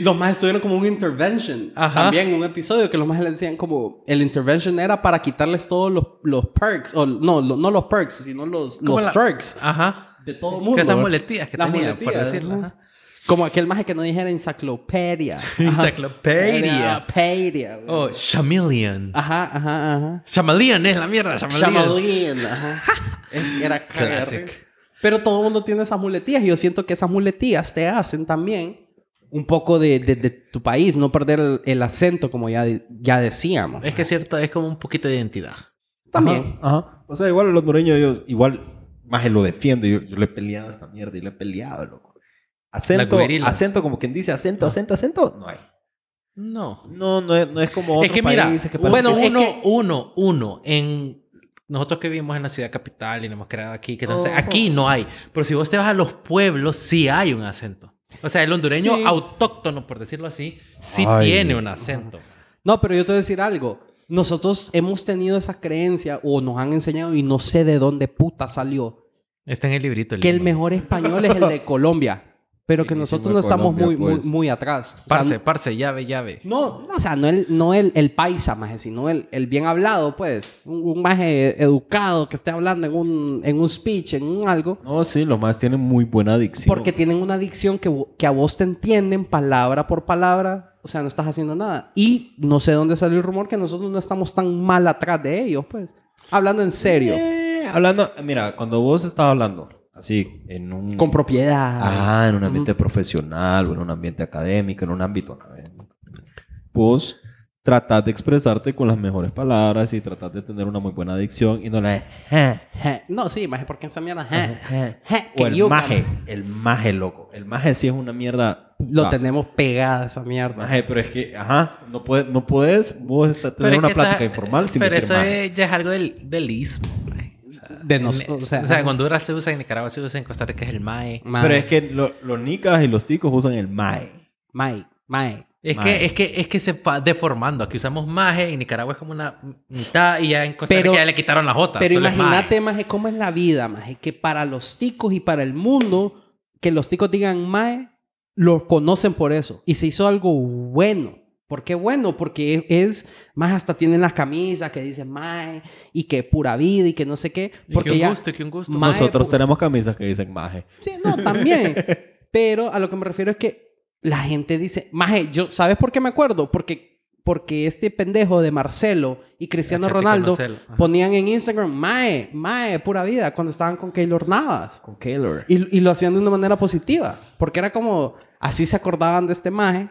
S2: Los más estuvieron como un intervention.
S3: Ajá.
S2: También un episodio que los más le decían como... El intervention era para quitarles todos los, los perks. O, no, lo- no los perks, sino los,
S3: como
S2: los
S3: la-
S2: perks.
S3: Ajá.
S2: De todo
S3: Que
S2: mundo.
S3: esas muletillas que
S2: Las
S3: tenía, por
S2: muletillas,
S3: decirlo.
S2: ¿no?
S3: ajá.
S2: Como aquel maje que no dijera enciclopedia. Ajá.
S3: Enciclopedia.
S2: Pedia, güey.
S3: Oh, chameleon.
S2: Ajá, ajá, ajá.
S3: Chameleon es la mierda, chameleon.
S2: Chamalín. Ajá. Es- era cagar.
S3: Classic.
S2: Pero todo el mundo tiene esas muletillas. Y yo siento que esas muletillas te hacen también... Un poco de, de- de tu país, no perder el, el acento, como ya, de- ya decíamos.
S3: Es que es cierto, es como un poquito de identidad.
S2: También.
S1: Ajá, ajá. O sea, igual los hondureños, ellos, igual, más lo defiendo. Yo, yo le he peleado a esta mierda y le he peleado, loco. Acento,
S3: Las guerilas.
S1: acento, como quien dice, acento, acento, acento, no hay.
S3: No.
S1: No, no es, no es como otro
S3: es que mira,
S1: país, es que parece
S3: bueno,
S1: que-
S2: es
S3: uno,
S2: que-
S3: uno, uno, en nosotros que vivimos en la ciudad capital y lo hemos creado aquí, que entonces
S1: Ojo.
S3: aquí no hay, pero si vos te vas a los pueblos sí hay un acento. O sea, el hondureño
S2: Sí.
S3: autóctono, por decirlo así, sí
S1: Ay.
S3: tiene un acento.
S2: No, pero yo te voy a decir algo. Nosotros hemos tenido esa creencia o nos han enseñado y no sé de dónde puta salió
S3: Está en el librito.
S2: que el
S3: libro.
S2: mejor español es el de Colombia, pero que
S1: Buenísimo
S2: nosotros
S1: de
S2: no estamos
S1: Colombia,
S2: muy, muy,
S1: pues.
S2: muy atrás. O sea,
S3: Parce, parce, llave, llave.
S2: no, no, o sea, no el, no el, el paisa, maje, sino el, el bien hablado, pues. Un, un maje educado que esté hablando en un, en un speech, en un algo.
S1: No, sí, los más tienen muy buena adicción.
S2: Porque tienen una adicción que, vo- que a vos te entienden palabra por palabra. O sea, no estás haciendo nada. Y no sé dónde salió el rumor que nosotros no estamos tan mal atrás de ellos, pues. Hablando en serio.
S1: Eh, hablando, mira, cuando vos estabas hablando, así, en un.
S2: Con propiedad.
S1: Ajá, en un ambiente profesional, o en un ambiente académico, en un ámbito académico. Vos tratás de expresarte con las mejores palabras y tratás de tener una muy buena dicción y no la eh, de "Ja,
S2: Je. No, sí, más porque esa mierda. je,
S1: ja, ja".
S2: je, que
S1: eh, O el
S2: yuca,
S1: maje,
S2: man.
S1: el maje loco. El maje sí es una mierda.
S2: Lo
S1: puta.
S2: tenemos pegada esa mierda.
S1: Maje, pero es que, ajá, no puedes, no puedes vos esta-
S3: Pero
S1: tener
S3: es
S1: una
S3: que esa-
S1: plática informal sin
S3: Pero
S1: decir
S3: eso
S1: maje.
S3: es- ya es algo del, del istmo. mae. O sea,
S2: De
S3: en-
S2: nosotros, o
S3: O
S2: sea,
S3: sea, en Honduras se usa, en Nicaragua se usa, en Costa Rica es el mae.
S2: Mae,
S1: Pero es que lo- los nicas y los ticos usan el maje.
S2: Mae, mae.
S3: Es que,
S1: Maje.
S3: es, que, es que se va deformando. Aquí usamos maje, en Nicaragua es como una mitad y ya en Costa Rica
S2: Pero-
S3: ya le quitaron la jota.
S2: Pero
S3: solo es maje.
S2: imagínate, maje, cómo es la vida, maje, que para los ticos y para el mundo, que los ticos digan mae, los conocen por eso. Y se hizo algo bueno. ¿Por qué bueno? Porque e, es, más hasta tienen las camisas que dicen mae y que pura vida y que no sé qué.
S3: Y
S2: Porque
S3: que un
S2: ya...
S3: gusto, y que un gusto.
S2: Maje,
S1: Nosotros
S2: pues-
S1: tenemos camisas que dicen maje.
S2: Sí, no, también. Pero a lo que me refiero es que la gente dice, maje, yo, ¿sabes por qué me acuerdo? Porque, porque este pendejo de Marcelo y Cristiano
S3: Échate con
S2: Ronaldo
S3: Marcelo. Ajá.
S2: ponían en Instagram, mae, mae, pura vida, cuando estaban con Keylor Navas.
S5: Con Keylor.
S2: Y, y lo hacían de una manera positiva, porque era como, así se acordaban de este maje.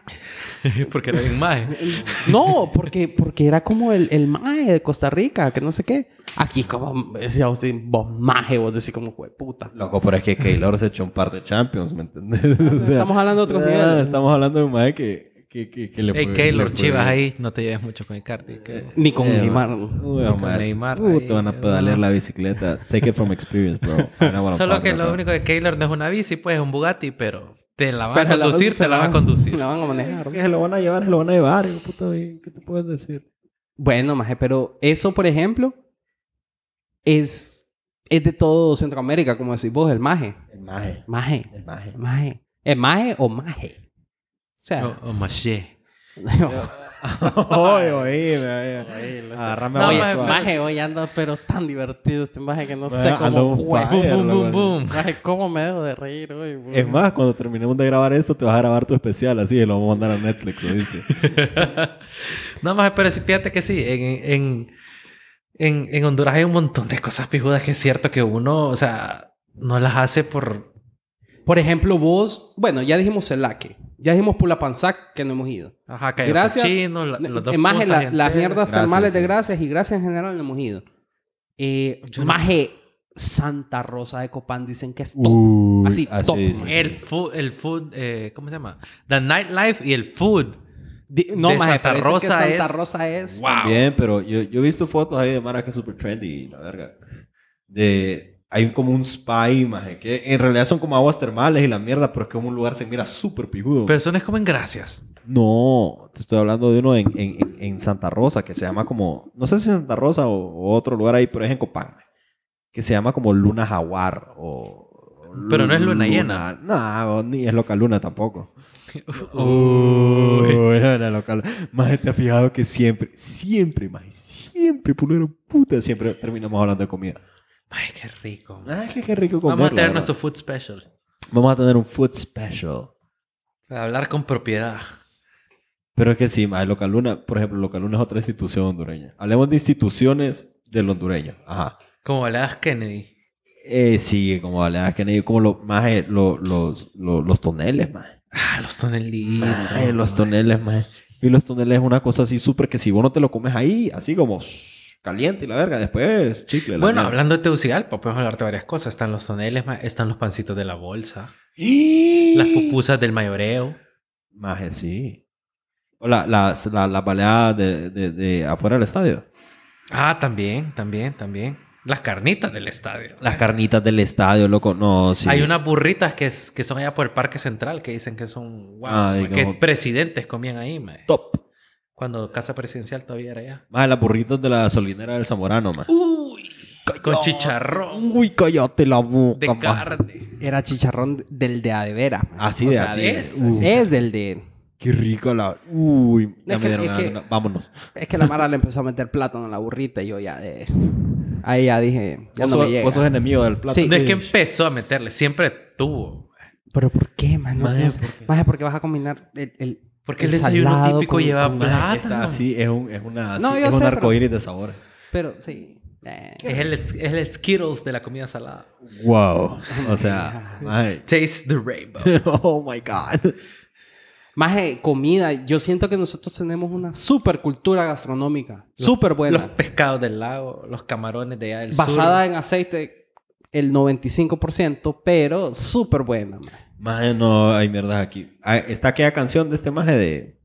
S3: Porque era bien maje. Eh,
S2: No, porque, porque era como el, el maje de Costa Rica, que no sé qué. Aquí es como, decía vos, sí, vos maje, vos decís como, "Jue puta.
S1: Loco, pero es que Keylor se echó un par de Champions, ¿me entendés? O sea,
S2: Estamos hablando de otros
S1: ah,
S2: niveles.
S1: Estamos hablando de un maje que, que, que, que le
S3: Ey,
S1: fue- le
S3: Keylor,
S1: fue-
S3: chivas ahí, no te lleves mucho con Icardi. que-
S2: Ni con
S1: Eh,
S2: Neymar.
S1: Uy,
S3: Con
S1: maestro.
S3: Neymar
S1: Uh,
S3: ahí,
S1: te van a
S3: eh,
S1: pedalear
S3: no.
S1: la bicicleta. Take it from experience, bro. I know what I'm
S3: Solo
S1: talking
S3: que lo
S1: about.
S3: único de Keylor no es una bici, pues es un Bugatti, pero te la van
S2: Pero
S3: a conducir, te la van a conducir.
S2: La van a manejar.
S1: Que se lo van a llevar, se lo van a llevar. hijo puta, ¿y ¿Qué te puedes decir?
S2: Bueno, maje, pero eso, por ejemplo, es, es de todo Centroamérica, como decís vos, el maje.
S1: El maje.
S2: Maje,
S1: El maje.
S2: maje. ¿Es maje o maje? O sea,
S3: Oh, oh, maché.
S1: Oye, oye, oye. Agarrame
S3: No,
S1: a
S2: oye,
S3: maje,
S1: suave.
S2: maje, hoy anda pero tan divertido este maje que no
S1: Maje,
S2: sé
S1: anda
S2: cómo
S1: un fire,
S2: jue-
S3: Boom, boom,
S1: loco.
S3: boom, boom.
S2: Maje, cómo me dejo de reír hoy. güey.
S1: Es más, cuando terminemos de grabar esto, te vas a grabar tu especial así y lo vamos a mandar a Netflix, ¿oíste?
S3: No, más, pero sí, fíjate que sí, en, en, en, en Honduras hay un montón de cosas pijudas que es cierto que uno, o sea, no las hace por...
S2: Por ejemplo, vos, bueno, ya dijimos Celaque, ya dijimos Pulapanzac que no hemos ido.
S3: Ajá, Cayo
S2: Gracias.
S3: Cochino, la- los dos
S2: Eh, maje,
S3: puntas
S2: la- las
S3: enteras.
S2: mierdas
S1: Gracias,
S2: termales de
S1: sí.
S2: gracias y gracias en general no hemos ido. Eh,
S3: Yo no-
S2: maje, Santa Rosa de Copán dicen que es top.
S1: Uy,
S2: Así, top, maje.
S3: El food, el food, eh, ¿cómo se llama? The nightlife y el food.
S2: Di- no,
S3: de
S2: maje,
S3: Santa
S2: pero dicen que
S3: Rosa
S2: Santa
S3: es-
S2: Rosa es.
S1: Bien, pero yo, yo he visto fotos ahí de Mara que es super trendy, la verga. De, hay un- como un spa ahí, maje, que en realidad son como aguas termales y la mierda, pero es que un lugar se mira súper pijudo.
S3: Pero eso no es como en gracias.
S1: No, te estoy hablando de uno en, en- en- en Santa Rosa que se llama como, no sé si es Santa Rosa o, o otro lugar ahí, pero es en Copán, que se llama como Luna Jaguar o... o
S3: Pero no es luna llena.
S1: No, ni es loca luna tampoco.
S3: Uy.
S1: Uy, era loca luna. Maje, te has fijado que siempre, siempre, maje, siempre, pulero puta, siempre terminamos hablando de comida.
S3: Ay, qué rico.
S2: Ah,
S1: Ay, qué, qué rico comer,
S3: Vamos a
S1: la
S3: tener
S1: verdad.
S3: nuestro food special.
S1: Vamos a tener un food special.
S3: Para hablar con propiedad.
S1: Pero es que sí, mae, Localuna, por ejemplo, Localuna es otra institución hondureña. Hablemos de instituciones del hondureño. Ajá.
S3: Como le das Kennedy.
S1: Eh, sí, como Baleadas Kennedy, como lo, más los, los, los, los toneles, más.
S3: Ah, los tonelitos.
S1: los toneles, más. Y los toneles es una cosa así súper que si vos no te lo comes ahí, así como shh, caliente y la verga, después chicle. la
S3: Bueno,
S1: mierda.
S3: hablando de Tegucigalpa, podemos hablar de varias cosas. Están los toneles, ma, están los pancitos de la bolsa,
S1: ¡Y!
S3: las pupusas del mayoreo.
S1: Maje, sí. O la, las- la- las baleadas de, de, de afuera del estadio.
S3: Ah, también, también, también. Las carnitas del estadio.
S1: Las carnitas del estadio, loco. No, sí.
S3: Hay unas burritas que, es- que son allá por el Parque Central que dicen que son wow,
S1: Ay,
S3: que
S1: como-
S3: presidentes comían ahí, ma.
S1: Top.
S3: cuando Casa Presidencial todavía era allá.
S1: Más las burritos de la solinera del Zamorano, más.
S3: Uy, con chicharrón
S1: Uy, cállate la boca.
S3: de
S1: ma.
S3: carne.
S2: Era chicharrón del de a de veras. maje.
S1: Así
S2: O
S1: de
S2: sea,
S1: así.
S2: de-
S3: es,
S1: Uh,
S2: Es del de.
S1: Qué rico la. Uy, ya
S2: Eh.
S1: me
S2: Es que-
S1: dieron
S2: es
S1: ganas de
S2: que-
S1: una- Vámonos.
S2: Es que la Mara le empezó a meter plátano en la burrita y yo ya de. Ahí ya dije, ya
S1: vos,
S2: no
S1: sos,
S2: me llega.
S1: vos sos enemigo del plato.
S2: Sí.
S3: No es que empezó a meterle, siempre tuvo.
S2: Pero ¿por qué, man? No
S1: Maje,
S2: puedes-
S1: ¿por qué?
S2: maje, porque vas a combinar el. el
S3: Porque el desayuno
S2: salado
S3: típico lleva plátano.
S1: Está así, es un, es una,
S2: Ah, No,
S1: sí,
S2: yo
S1: es un
S2: sé, pero-
S1: arcoíris de sabores.
S2: Pero sí. eh.
S3: Es el, es el Skittles de la comida salada.
S1: Wow. O sea, ay.
S3: Taste the rainbow.
S1: Oh my God.
S2: Maje, eh, comida. Yo siento que nosotros tenemos una super cultura gastronómica. Súper
S3: Los
S2: buena.
S3: pescados del lago, los camarones de allá del
S2: basada
S3: sur.
S2: en aceite el 95%, pero súper buena. maje.
S1: Maje, no hay mierdas aquí. Ah, Está aquella canción de este maje de.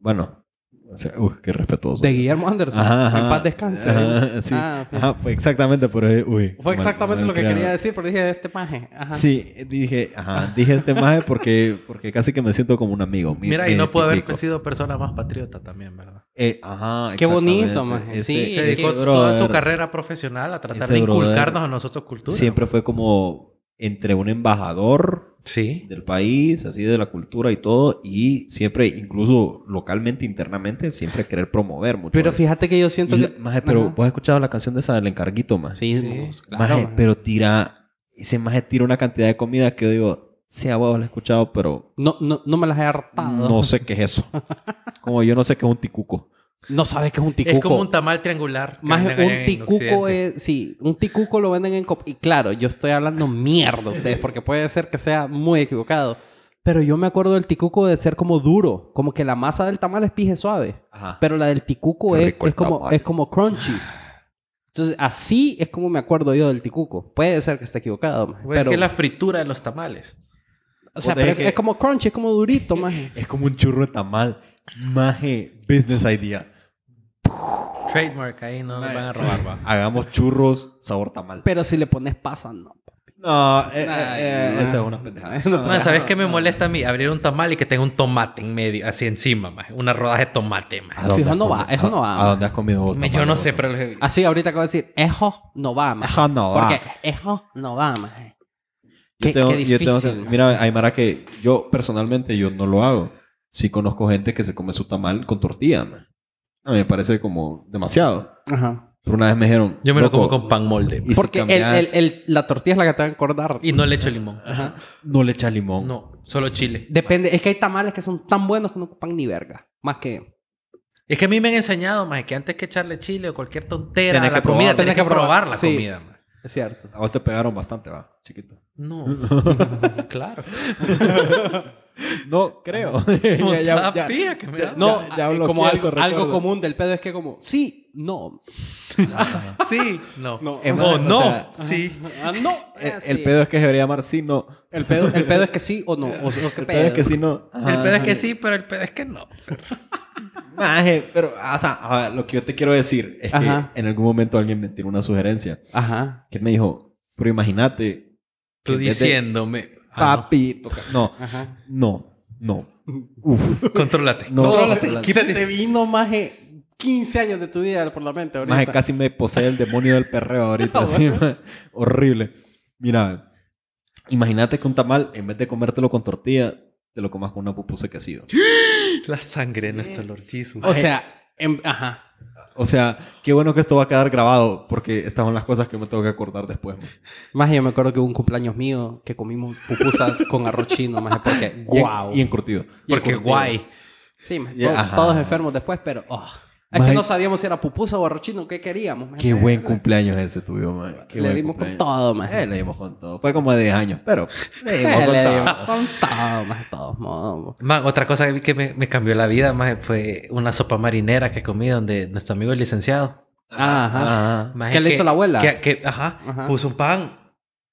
S1: Bueno, O sea, uy, qué respetuoso.
S2: De Guillermo Anderson.
S1: Ajá, ajá.
S2: En paz descanse.
S1: Ajá, sí.
S2: Ah, ok.
S1: Ajá, fue exactamente, pero eh, uy.
S2: Fue
S1: mal-
S2: exactamente
S1: mal
S2: lo que
S1: creado.
S2: quería decir, pero dije este maje. Ajá.
S1: Sí, dije, ajá, dije este maje porque, porque casi que me siento como un amigo. me-
S3: Mira,
S1: me
S3: y no puede haber
S1: identifico.
S3: sido persona más patriota también, ¿verdad?
S1: Eh, ajá,
S2: Qué bonito,
S1: exactamente.
S2: maje. Sí,
S3: Se
S2: Ese
S3: dedicó
S1: brother
S3: toda su carrera profesional a tratar
S1: ese
S3: de
S1: brother
S3: inculcarnos a nosotros cultura.
S1: Siempre fue como entre un embajador
S3: Sí.
S1: del país, así de la cultura y todo, y siempre, incluso localmente, internamente, siempre querer promover mucho.
S2: Pero
S1: eso.
S2: fíjate que yo
S1: pues. Y
S2: siento
S1: la-
S2: que.
S1: maje, pero
S2: Ajá.
S1: vos has escuchado la canción de esa del encarguito, más.
S2: Sí,
S3: Sí.
S2: claro.
S1: maje,
S2: maje.
S1: pero tira, ese maje tira una cantidad de comida que yo digo, sea huevos, la he escuchado, pero
S2: No, no, no me las he hartado.
S1: no sé qué es eso. Como yo no sé qué es un ticuco.
S2: No sabes que es un ticuco.
S3: Es como un tamal triangular. que
S2: Más
S3: venden allá
S2: un
S3: en
S2: ticuco
S3: Occidente.
S2: es, sí, un ticuco lo venden en cop- y claro, yo estoy hablando mierda ustedes porque puede ser que sea muy equivocado, pero yo me acuerdo del ticuco de ser como duro, como que la masa del tamal es pije suave,
S1: Ajá.
S2: pero la del ticuco
S1: Qué
S2: es,
S1: rico el
S2: es como
S1: tamal.
S2: es como crunchy. Entonces, así es como me acuerdo yo del ticuco. Puede ser que esté equivocado, maje,
S3: Güey,
S2: pero
S3: Pues, es que la fritura de los tamales.
S2: o
S1: Vos
S2: sea, pero
S1: tenés
S2: es,
S1: que-
S2: es como crunchy, es como durito, maje.
S1: Es como un churro de tamal. Maje, business idea.
S3: Trademark, ahí no nos van a robar, va.
S1: Hagamos churros sabor tamal.
S2: Pero si le pones pasa, no.
S1: No, eh, eh,
S2: Ay,
S1: eh,
S2: no.
S1: eso es una pendejada.
S3: Man, ¿sabes qué me molesta a mí? Abrir un tamal y que tenga un tomate en medio, así encima, ma. Una rodaja de tomate, ma.
S1: ¿A dónde
S2: eso
S1: has
S2: no
S1: comido-
S2: va, eso no va,
S1: ¿A
S2: man.
S1: dónde has comido vos?
S3: Me- Yo
S1: tamales,
S3: no
S1: vos?
S3: sé, pero... le-
S2: Así ahorita acabo de decir, ejo no va, maje.
S1: Ejo no va.
S2: Porque ejo no va, maje.
S1: Yo
S2: Qué-
S1: tengo-
S2: qué
S1: yo tengo-
S2: difícil, man.
S1: mira, Aymara, que yo personalmente yo no lo hago. Sí conozco gente que se come su tamal con tortilla. man. A mí me parece como demasiado.
S2: Ajá.
S1: Pero una vez me dijeron...
S3: Yo me lo como
S1: "Loco,
S3: con pan molde.
S1: Y si
S2: Porque el- el-
S1: cambias-
S2: el- la tortilla es la que te va a acordar.
S3: Y no le echo limón.
S1: No le echa limón.
S3: No, solo chile.
S2: Depende, es que hay tamales que son tan buenos que no ocupan ni verga. Más que.
S3: Es que a mí me han enseñado, más que antes que echarle chile o cualquier tontera
S1: Tenés
S3: a la
S1: que
S3: comida,
S1: probar.
S3: tenés que probar, la
S2: Sí.
S3: comida, ma.
S2: Es cierto.
S1: A vos te pegaron bastante, va, chiquito.
S3: No, claro.
S1: No, creo.
S3: No,
S1: Ya- ya-
S3: está
S1: ya-
S3: fría que me da.
S2: No,
S1: Ya- ya
S2: eh,
S1: bloqueé
S2: como algo,
S1: esos recuerdos.
S2: algo común del pedo es que, como, sí, no.
S3: Sí, no. No,
S1: Es
S3: no,
S1: más, o sea,
S3: sí.
S2: Ah, no.
S1: El,
S2: eh,
S1: el
S2: sí.
S1: pedo es que se debería llamar sí, no.
S2: el, pedo, el pedo es que sí o no. O, o qué
S1: El
S2: pedo.
S1: pedo es que sí, no.
S3: El pedo es que
S1: Ajá.
S3: sí, pero el pedo es que no. Pero-
S1: Ah, Maje, pero, o sea, a ver, lo que yo te quiero decir es
S2: Ajá.
S1: que en algún momento alguien me tiró una sugerencia.
S2: Ajá.
S1: Que él me dijo, pero imagínate. que
S3: Tú
S1: en vez de
S3: diciéndome. Ah,
S1: Papi, toca- no.
S2: Ajá.
S1: no, no, Uf.
S3: no. Contrólate.
S1: No,
S2: Todo
S1: la-
S2: lo- se te vino más de 15 años de tu vida por la mente ahorita.
S1: Maje, casi me posee el demonio del perreo ahorita. así, maje. Horrible. Mira, imagínate que un tamal, en vez de comértelo con tortilla, te lo comas con una pupusa que ha sido.
S3: La sangre de nuestro Lord Jesus.
S2: O sea, em- ajá.
S1: O sea, qué bueno que esto va a quedar grabado, porque estas son las cosas que me tengo que acordar después. man.
S2: Más yo me acuerdo que hubo un cumpleaños mío que comimos pupusas con arroz chino, más porque
S1: Y en-
S2: wow.
S1: Y encurtido.
S3: Porque guay.
S2: Sí, maje,
S1: Ya,
S2: to-
S1: ajá.
S2: todos enfermos después, pero oh. es
S1: Maje-
S2: que no sabíamos si era pupusa o arroz chino, qué queríamos. maje.
S1: Qué buen cumpleaños ese tuyo, man. Qué
S2: le
S1: buen
S2: dimos con
S1: cumpleaños.
S2: todo, más.
S1: Eh, le dimos con todo. Fue como de 10 años, pero le dimos con
S2: le
S1: todo.
S2: dimos con todo, maje, de todos modos. bo.
S3: Man, otra cosa que me, me cambió la vida más fue una sopa marinera que comí donde nuestro amigo el licenciado.
S1: Ah,
S2: Ah, Ajá.
S1: Ajá.
S3: Maje,
S2: ¿Qué le hizo la abuela?
S3: Que, que- ajá,
S2: Ajá.
S3: puso un pan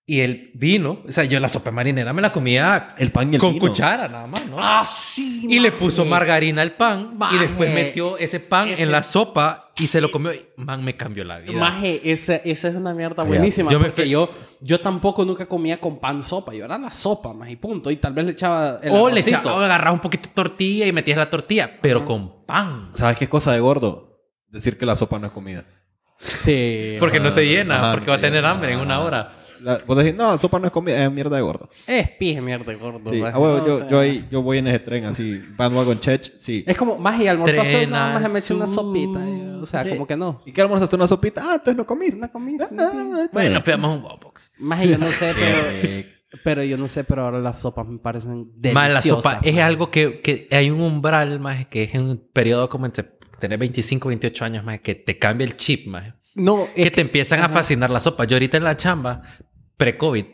S3: y el vino. O sea, yo la sopa marinera me la comía
S1: El pan y el
S3: con
S1: vino.
S3: cuchara nada más, ¿no?
S2: Ah, sí.
S3: y le
S2: maje.
S3: puso margarina al pan
S2: Maje.
S3: y después metió ese pan
S2: Ese-
S3: en la sopa y se lo comió. Y, Man, me cambió la vida.
S2: Maje, esa, esa es una mierda
S1: Cállate.
S2: buenísima.
S3: Yo
S2: Yo
S3: me
S2: porque
S3: fui-
S2: yo, yo tampoco nunca comía con pan sopa. Yo era la sopa, más y punto. Y tal vez le echaba el
S3: o le
S2: arrocito.
S3: echaba- o agarrabas un poquito de tortilla y metías la tortilla, pero con pan.
S1: ¿Sabes qué es cosa de gordo? Decir que la sopa no es comida.
S2: Sí.
S3: Porque no te llena,
S1: Ajá,
S3: porque va a tener
S1: ajá.
S3: hambre en una hora.
S1: La- vos decís, no, sopa no es comida, es mierda de gordo.
S2: Es pije mierda, gordo.
S1: Sí,
S2: maje.
S1: ah, bueno,
S2: No, o
S1: yo,
S2: sea,
S1: yo, ahí, yo voy en ese tren así, bandwagon chech, sí.
S2: Es como, más y almorzaste
S3: Tren
S2: hoy, nada más
S3: al
S2: me eché una
S3: sur.
S2: sopita. eh, O sea,
S1: Sí.
S2: como que no.
S1: ¿Y qué almorzaste una sopita? Ah, entonces no comiste.
S2: No comiste, no
S1: Ah,
S2: comiste.
S1: está
S3: Bueno,
S1: bien.
S3: pegamos un box.
S2: Más y yo no sé, pero.
S1: Eh,
S2: Pero yo no sé, pero ahora las sopas me parecen
S3: Más la
S2: deliciosas.
S3: sopa es
S2: maje.
S3: algo que, que hay un umbral más que es un periodo como entre tener 25, 28 años más que te cambia el chip más.
S2: No, es
S3: que te empiezan a fascinar la sopa. Yo ahorita en la chamba, pre-COVID,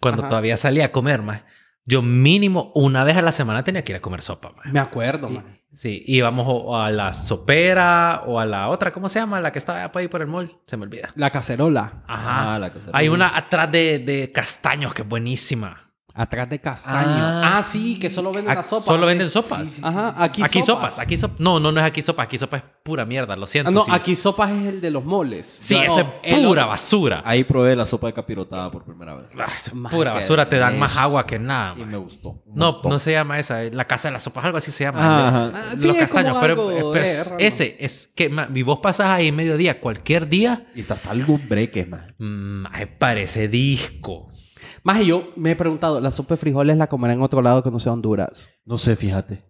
S3: cuando
S2: Ajá.
S3: todavía salía a comer más, yo mínimo una vez a la semana tenía que ir a comer sopa más.
S2: Me acuerdo, man.
S3: Sí, íbamos o a la sopera o a la otra, ¿cómo se llama? La que estaba por ahí por el mall, se me olvida.
S2: La cacerola.
S3: Ajá.
S1: Ah, la que se
S3: Hay
S1: ríe.
S3: una atrás de, de castaños que es buenísima.
S2: Atrás de castaño.
S3: Ah,
S2: Ah, sí, que solo venden
S1: Ah,
S2: la sopa.
S3: Solo
S2: sí.
S3: venden sopas.
S1: sí,
S2: Ajá, aquí,
S3: Aquí sopas.
S2: sopas.
S3: aquí sopas. No, no, no es aquí sopas. Aquí sopa es pura mierda, lo siento.
S2: Ah, no,
S3: sí.
S2: aquí sopas es el de los moles.
S3: Sí,
S2: No,
S3: esa es
S2: el
S3: pura
S2: otro.
S3: basura.
S1: Ahí probé la sopa de capirotada por primera vez.
S3: Ah, esa es
S2: Madre,
S3: pura
S2: qué
S3: basura, te dan más
S2: delicioso.
S3: agua que nada.
S1: Y
S3: man.
S1: me gustó. un
S3: No,
S1: montón.
S3: no se llama esa. eh, La casa de las sopas, algo así se llama.
S1: Ajá.
S2: Ah,
S3: Los
S2: sí, es
S3: castaños,
S2: como
S3: pero,
S2: algo,
S3: pero
S2: eh,
S3: es-
S2: raro.
S3: ese es que ma, y vos pasas ahí mediodía, cualquier día,
S1: Y está hasta algo breque, man.
S3: mm, ay, parece disco.
S2: Más yo me he preguntado, ¿la sopa de frijoles la comerán en otro lado que no sea Honduras?
S1: No sé, fíjate.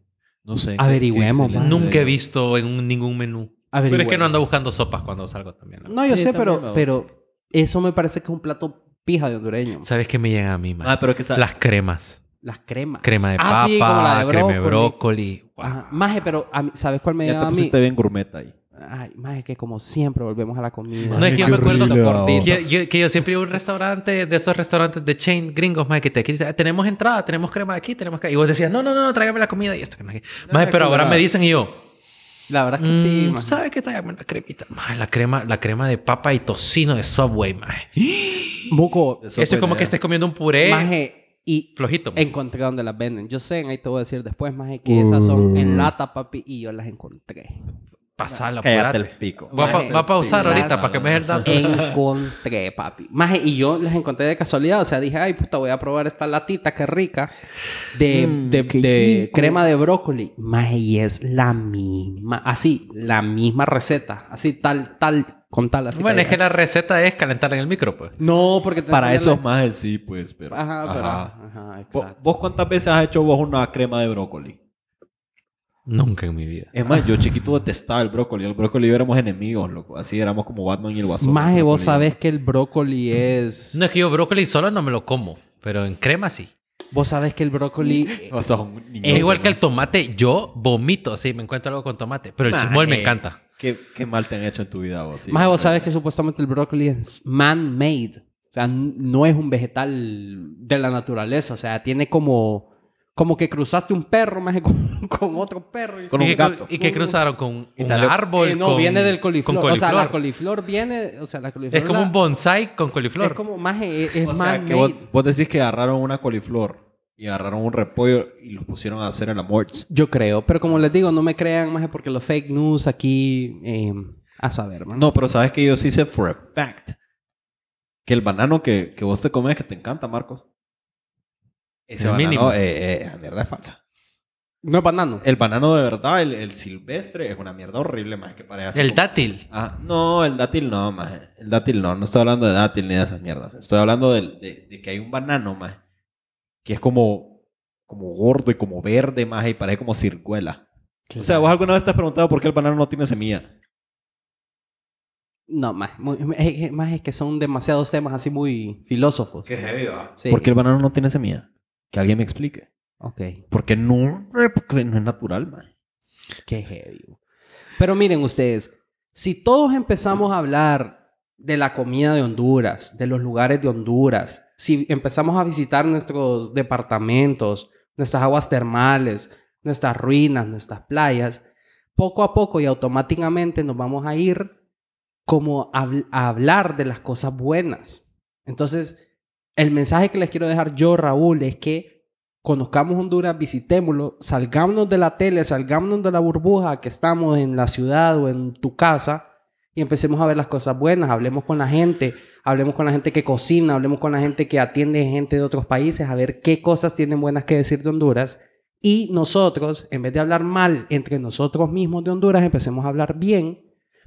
S1: No sé.
S2: Averigüemos,
S1: Qué
S2: man.
S1: excelente
S3: Nunca he
S1: idea.
S3: visto en un- ningún menú. Pero es que no ando buscando sopas cuando salgo también. la
S2: No, yo
S1: Sí,
S2: sé,
S1: también
S2: pero,
S1: me
S2: pero eso me parece que es un plato pija de hondureño.
S3: ¿Sabes qué me llegan a mí, man?
S1: Ah, pero que sa-
S3: Las cremas.
S2: Las cremas.
S3: Crema de papa,
S2: Ah, sí, como la de
S3: crema de
S2: brócoli.
S3: brócoli. Guau.
S2: Ajá. Maje, pero a mí- ¿sabes cuál me
S1: Ya
S2: lleva
S1: te
S2: a mí?
S1: pusiste bien gourmet ahí.
S2: Ay, maje, que como siempre volvemos a la comida.
S3: No es que yo
S1: Qué
S3: me acuerdo
S1: horrible,
S3: por ti.
S1: babón.
S3: Yo- yo- que yo siempre iba a un restaurante de esos restaurantes de chain gringos, más que te que dice, "Ah, tenemos entrada, tenemos crema aquí, tenemos que y vos decías, "No, no, no, no tráigame la comida y esto que no sé qué". Mae,
S1: qué
S3: pero ahora
S1: huevada.
S3: me dicen y yo,
S2: La verdad es que sí,
S3: "Mm,
S2: maje.
S3: ¿sabe qué tráigame la cremita?" Mae, la crema, la crema de papa y tocino de Subway, mae.
S2: Buco,
S1: Eso
S3: Eso es
S1: fue
S3: como
S1: idea.
S3: que estés comiendo un puré
S2: maje, y
S3: flojito. mae.
S2: encontré donde las venden. Yo sé, ahí te voy a decir después, maje, que esas son
S1: Mm.
S2: en lata, papi, y yo las encontré.
S3: Pasala,
S1: Cállate el
S3: apurate.
S1: pico.
S3: Va, pa-
S2: Maje,
S3: va a pausar
S2: las
S3: ahorita para que veas el dato.
S2: Encontré, papi. Maje, y yo las encontré de casualidad. O sea, dije, ay, puta, voy a probar esta latita, qué rica. De,
S1: Mm,
S2: de- de crema de brócoli. Maje, y es la misma. Así, la misma receta. Así, tal, tal, con tal. Así
S3: Bueno, es que
S2: diga.
S3: la receta es calentar en el micro, pues.
S2: No, porque... tenés
S1: Para
S2: que
S1: esos
S2: ponerle-
S1: majes sí, pues, pero...
S2: Ajá, pero... Ajá,
S1: Vo-
S2: exacto.
S1: ¿Vos cuántas veces has hecho vos una crema de brócoli?
S3: Nunca en mi vida.
S1: Es más, yo chiquito detestaba el brócoli. El brócoli y yo éramos enemigos, loco. Así éramos como Batman y el Guasón.
S2: Maje,
S1: El
S2: vos
S1: brócoli-
S2: sabés que el brócoli es...
S3: No es que yo brócoli solo no me lo como, pero en crema sí.
S2: Vos sabés que el
S3: Mm.
S2: brócoli...
S1: O sea, un niño.
S3: Es igual que el tomate, yo vomito si me encuentro algo con tomate, pero el
S1: Maje,
S3: chimol
S2: eh,
S3: me encanta.
S1: Qué, qué mal te han hecho en tu vida
S3: Este,
S1: vos. sí.
S2: Maje, vos sabés que supuestamente el brócoli es man-made. O sea, n- no es un vegetal de la naturaleza. O sea, tiene como... Como que cruzaste un perro, maje, con, con Uh, otro perro. y
S1: Con
S3: ¿Y,
S1: un
S3: que,
S1: gato.
S3: y que cruzaron con un
S1: Y tal-
S3: árbol.
S2: Eh, no,
S3: con-
S2: viene del coliflor.
S3: con
S2: O sea, la
S3: coliflor.
S2: coliflor viene... O sea, la coliflor...
S3: es como
S2: la-
S3: un bonsai con
S2: Es
S3: coliflor.
S2: como... Maje, e-, es,
S1: O sea,
S2: man-made.
S1: que vos, vos decís que agarraron una coliflor y agarraron un repollo y los pusieron a hacer el amor.
S2: Yo creo. Pero como les digo, no me crean, maje, porque los fake news aquí... eh, a saber, man.
S1: No, pero sabes que yo sí sé for a fact que el banano que, que vos te comes que te encanta, Marcos. Ese
S3: El
S1: banano,
S3: mínimo.
S1: eh, eh, mierda es falsa.
S2: No es banano.
S3: Eh,
S1: El banano de verdad, el, el silvestre, es una mierda horrible más que parece. así
S3: el
S1: como-
S3: dátil.
S1: Ah, no, el dátil no, más. El dátil no. No estoy hablando de dátil ni de esas mierdas. Estoy hablando del- de, de que hay un banano, más. Que es como, como gordo y como verde, más. Y parece como ciruela. O sea, vos alguna vez te has preguntado por qué el banano no tiene semilla.
S2: No, más, muy- es, es- más es que son demasiados temas así muy filósofos.
S1: Qué heavy, va.
S2: Sí.
S1: ¿Por qué el banano no tiene semilla? Que alguien me explique.
S2: Ok,
S1: Porque no, porque no es natural, más.
S2: qué heavy. Pero miren ustedes, si todos empezamos a hablar de la comida de Honduras, de los lugares de Honduras, si empezamos a visitar nuestros departamentos, nuestras aguas termales, nuestras ruinas, nuestras playas, poco a poco y automáticamente nos vamos a ir como a, habl- a hablar de las cosas buenas. Entonces, el mensaje que les quiero dejar yo, Raúl, es que conozcamos Honduras, visitémoslo, salgámonos de la tele, salgámonos de la burbuja que estamos en la ciudad o en tu casa y empecemos a ver las cosas buenas, hablemos con la gente, hablemos con la gente que cocina, hablemos con la gente que atiende gente de otros países, a ver qué cosas tienen buenas que decir de Honduras. Y nosotros, en vez de hablar mal entre nosotros mismos de Honduras, empecemos a hablar bien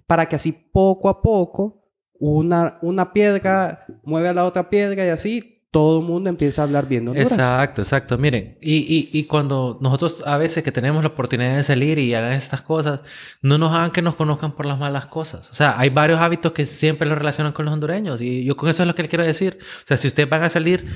S2: para que así poco a poco una, una piedra mueve a la otra piedra y así todo el mundo empieza a hablar bien de Honduras.
S3: Exacto, exacto. Miren, y, y- y cuando nosotros a veces que tenemos la oportunidad de salir y hagan estas cosas, no nos hagan que nos conozcan por las malas cosas. O sea, hay varios hábitos que siempre lo relacionan con los hondureños y yo con eso es lo que les quiero decir. O sea, si ustedes van a salir,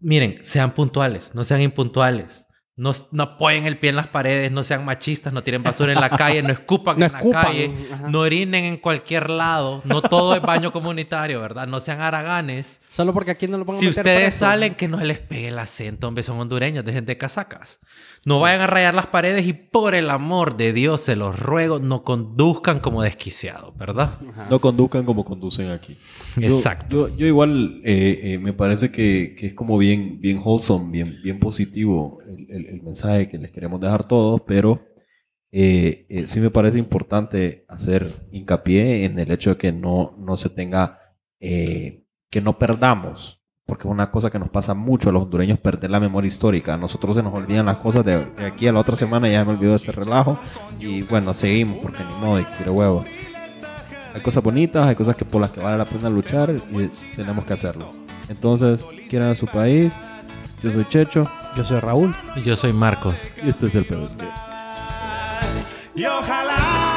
S3: miren, sean puntuales, no sean impuntuales. No, no apoyen el pie en las paredes, no sean machistas, no tiren basura en la calle, no escupan
S2: No
S3: en la
S2: escupan,
S3: calle,
S2: ajá.
S3: no orinen en cualquier lado, no todo es baño comunitario, ¿verdad? No sean haraganes.
S2: Solo porque aquí no lo pongo
S3: Si ustedes salen, que no les pegue el acento, hombre, son hondureños, dejen de casacas. No vayan a rayar las paredes y por el amor de Dios, se los ruego, no conduzcan como desquiciados, ¿verdad?
S1: No conducan como conducen aquí. Yo-
S3: Exacto.
S1: Yo, yo igual eh, eh, me parece que, que es como bien, bien wholesome, bien, bien positivo el, el- el mensaje que les queremos dejar todos, pero eh, eh, sí me parece importante hacer hincapié en el hecho de que no, no se tenga, eh, que no perdamos, porque es una cosa que nos pasa mucho a los hondureños perder la memoria histórica. A nosotros se nos olvidan las cosas de, de aquí a la otra semana, ya me olvidó este relajo, y bueno, seguimos, porque ni modo, y tiro huevo. Hay cosas bonitas, hay cosas que por las que vale la pena luchar y tenemos que hacerlo. Entonces, quieran a su país. Yo soy Checho este
S2: Yo soy Raúl.
S3: Yo soy Marcos.
S1: y esto es el Perú.
S6: Y ojalá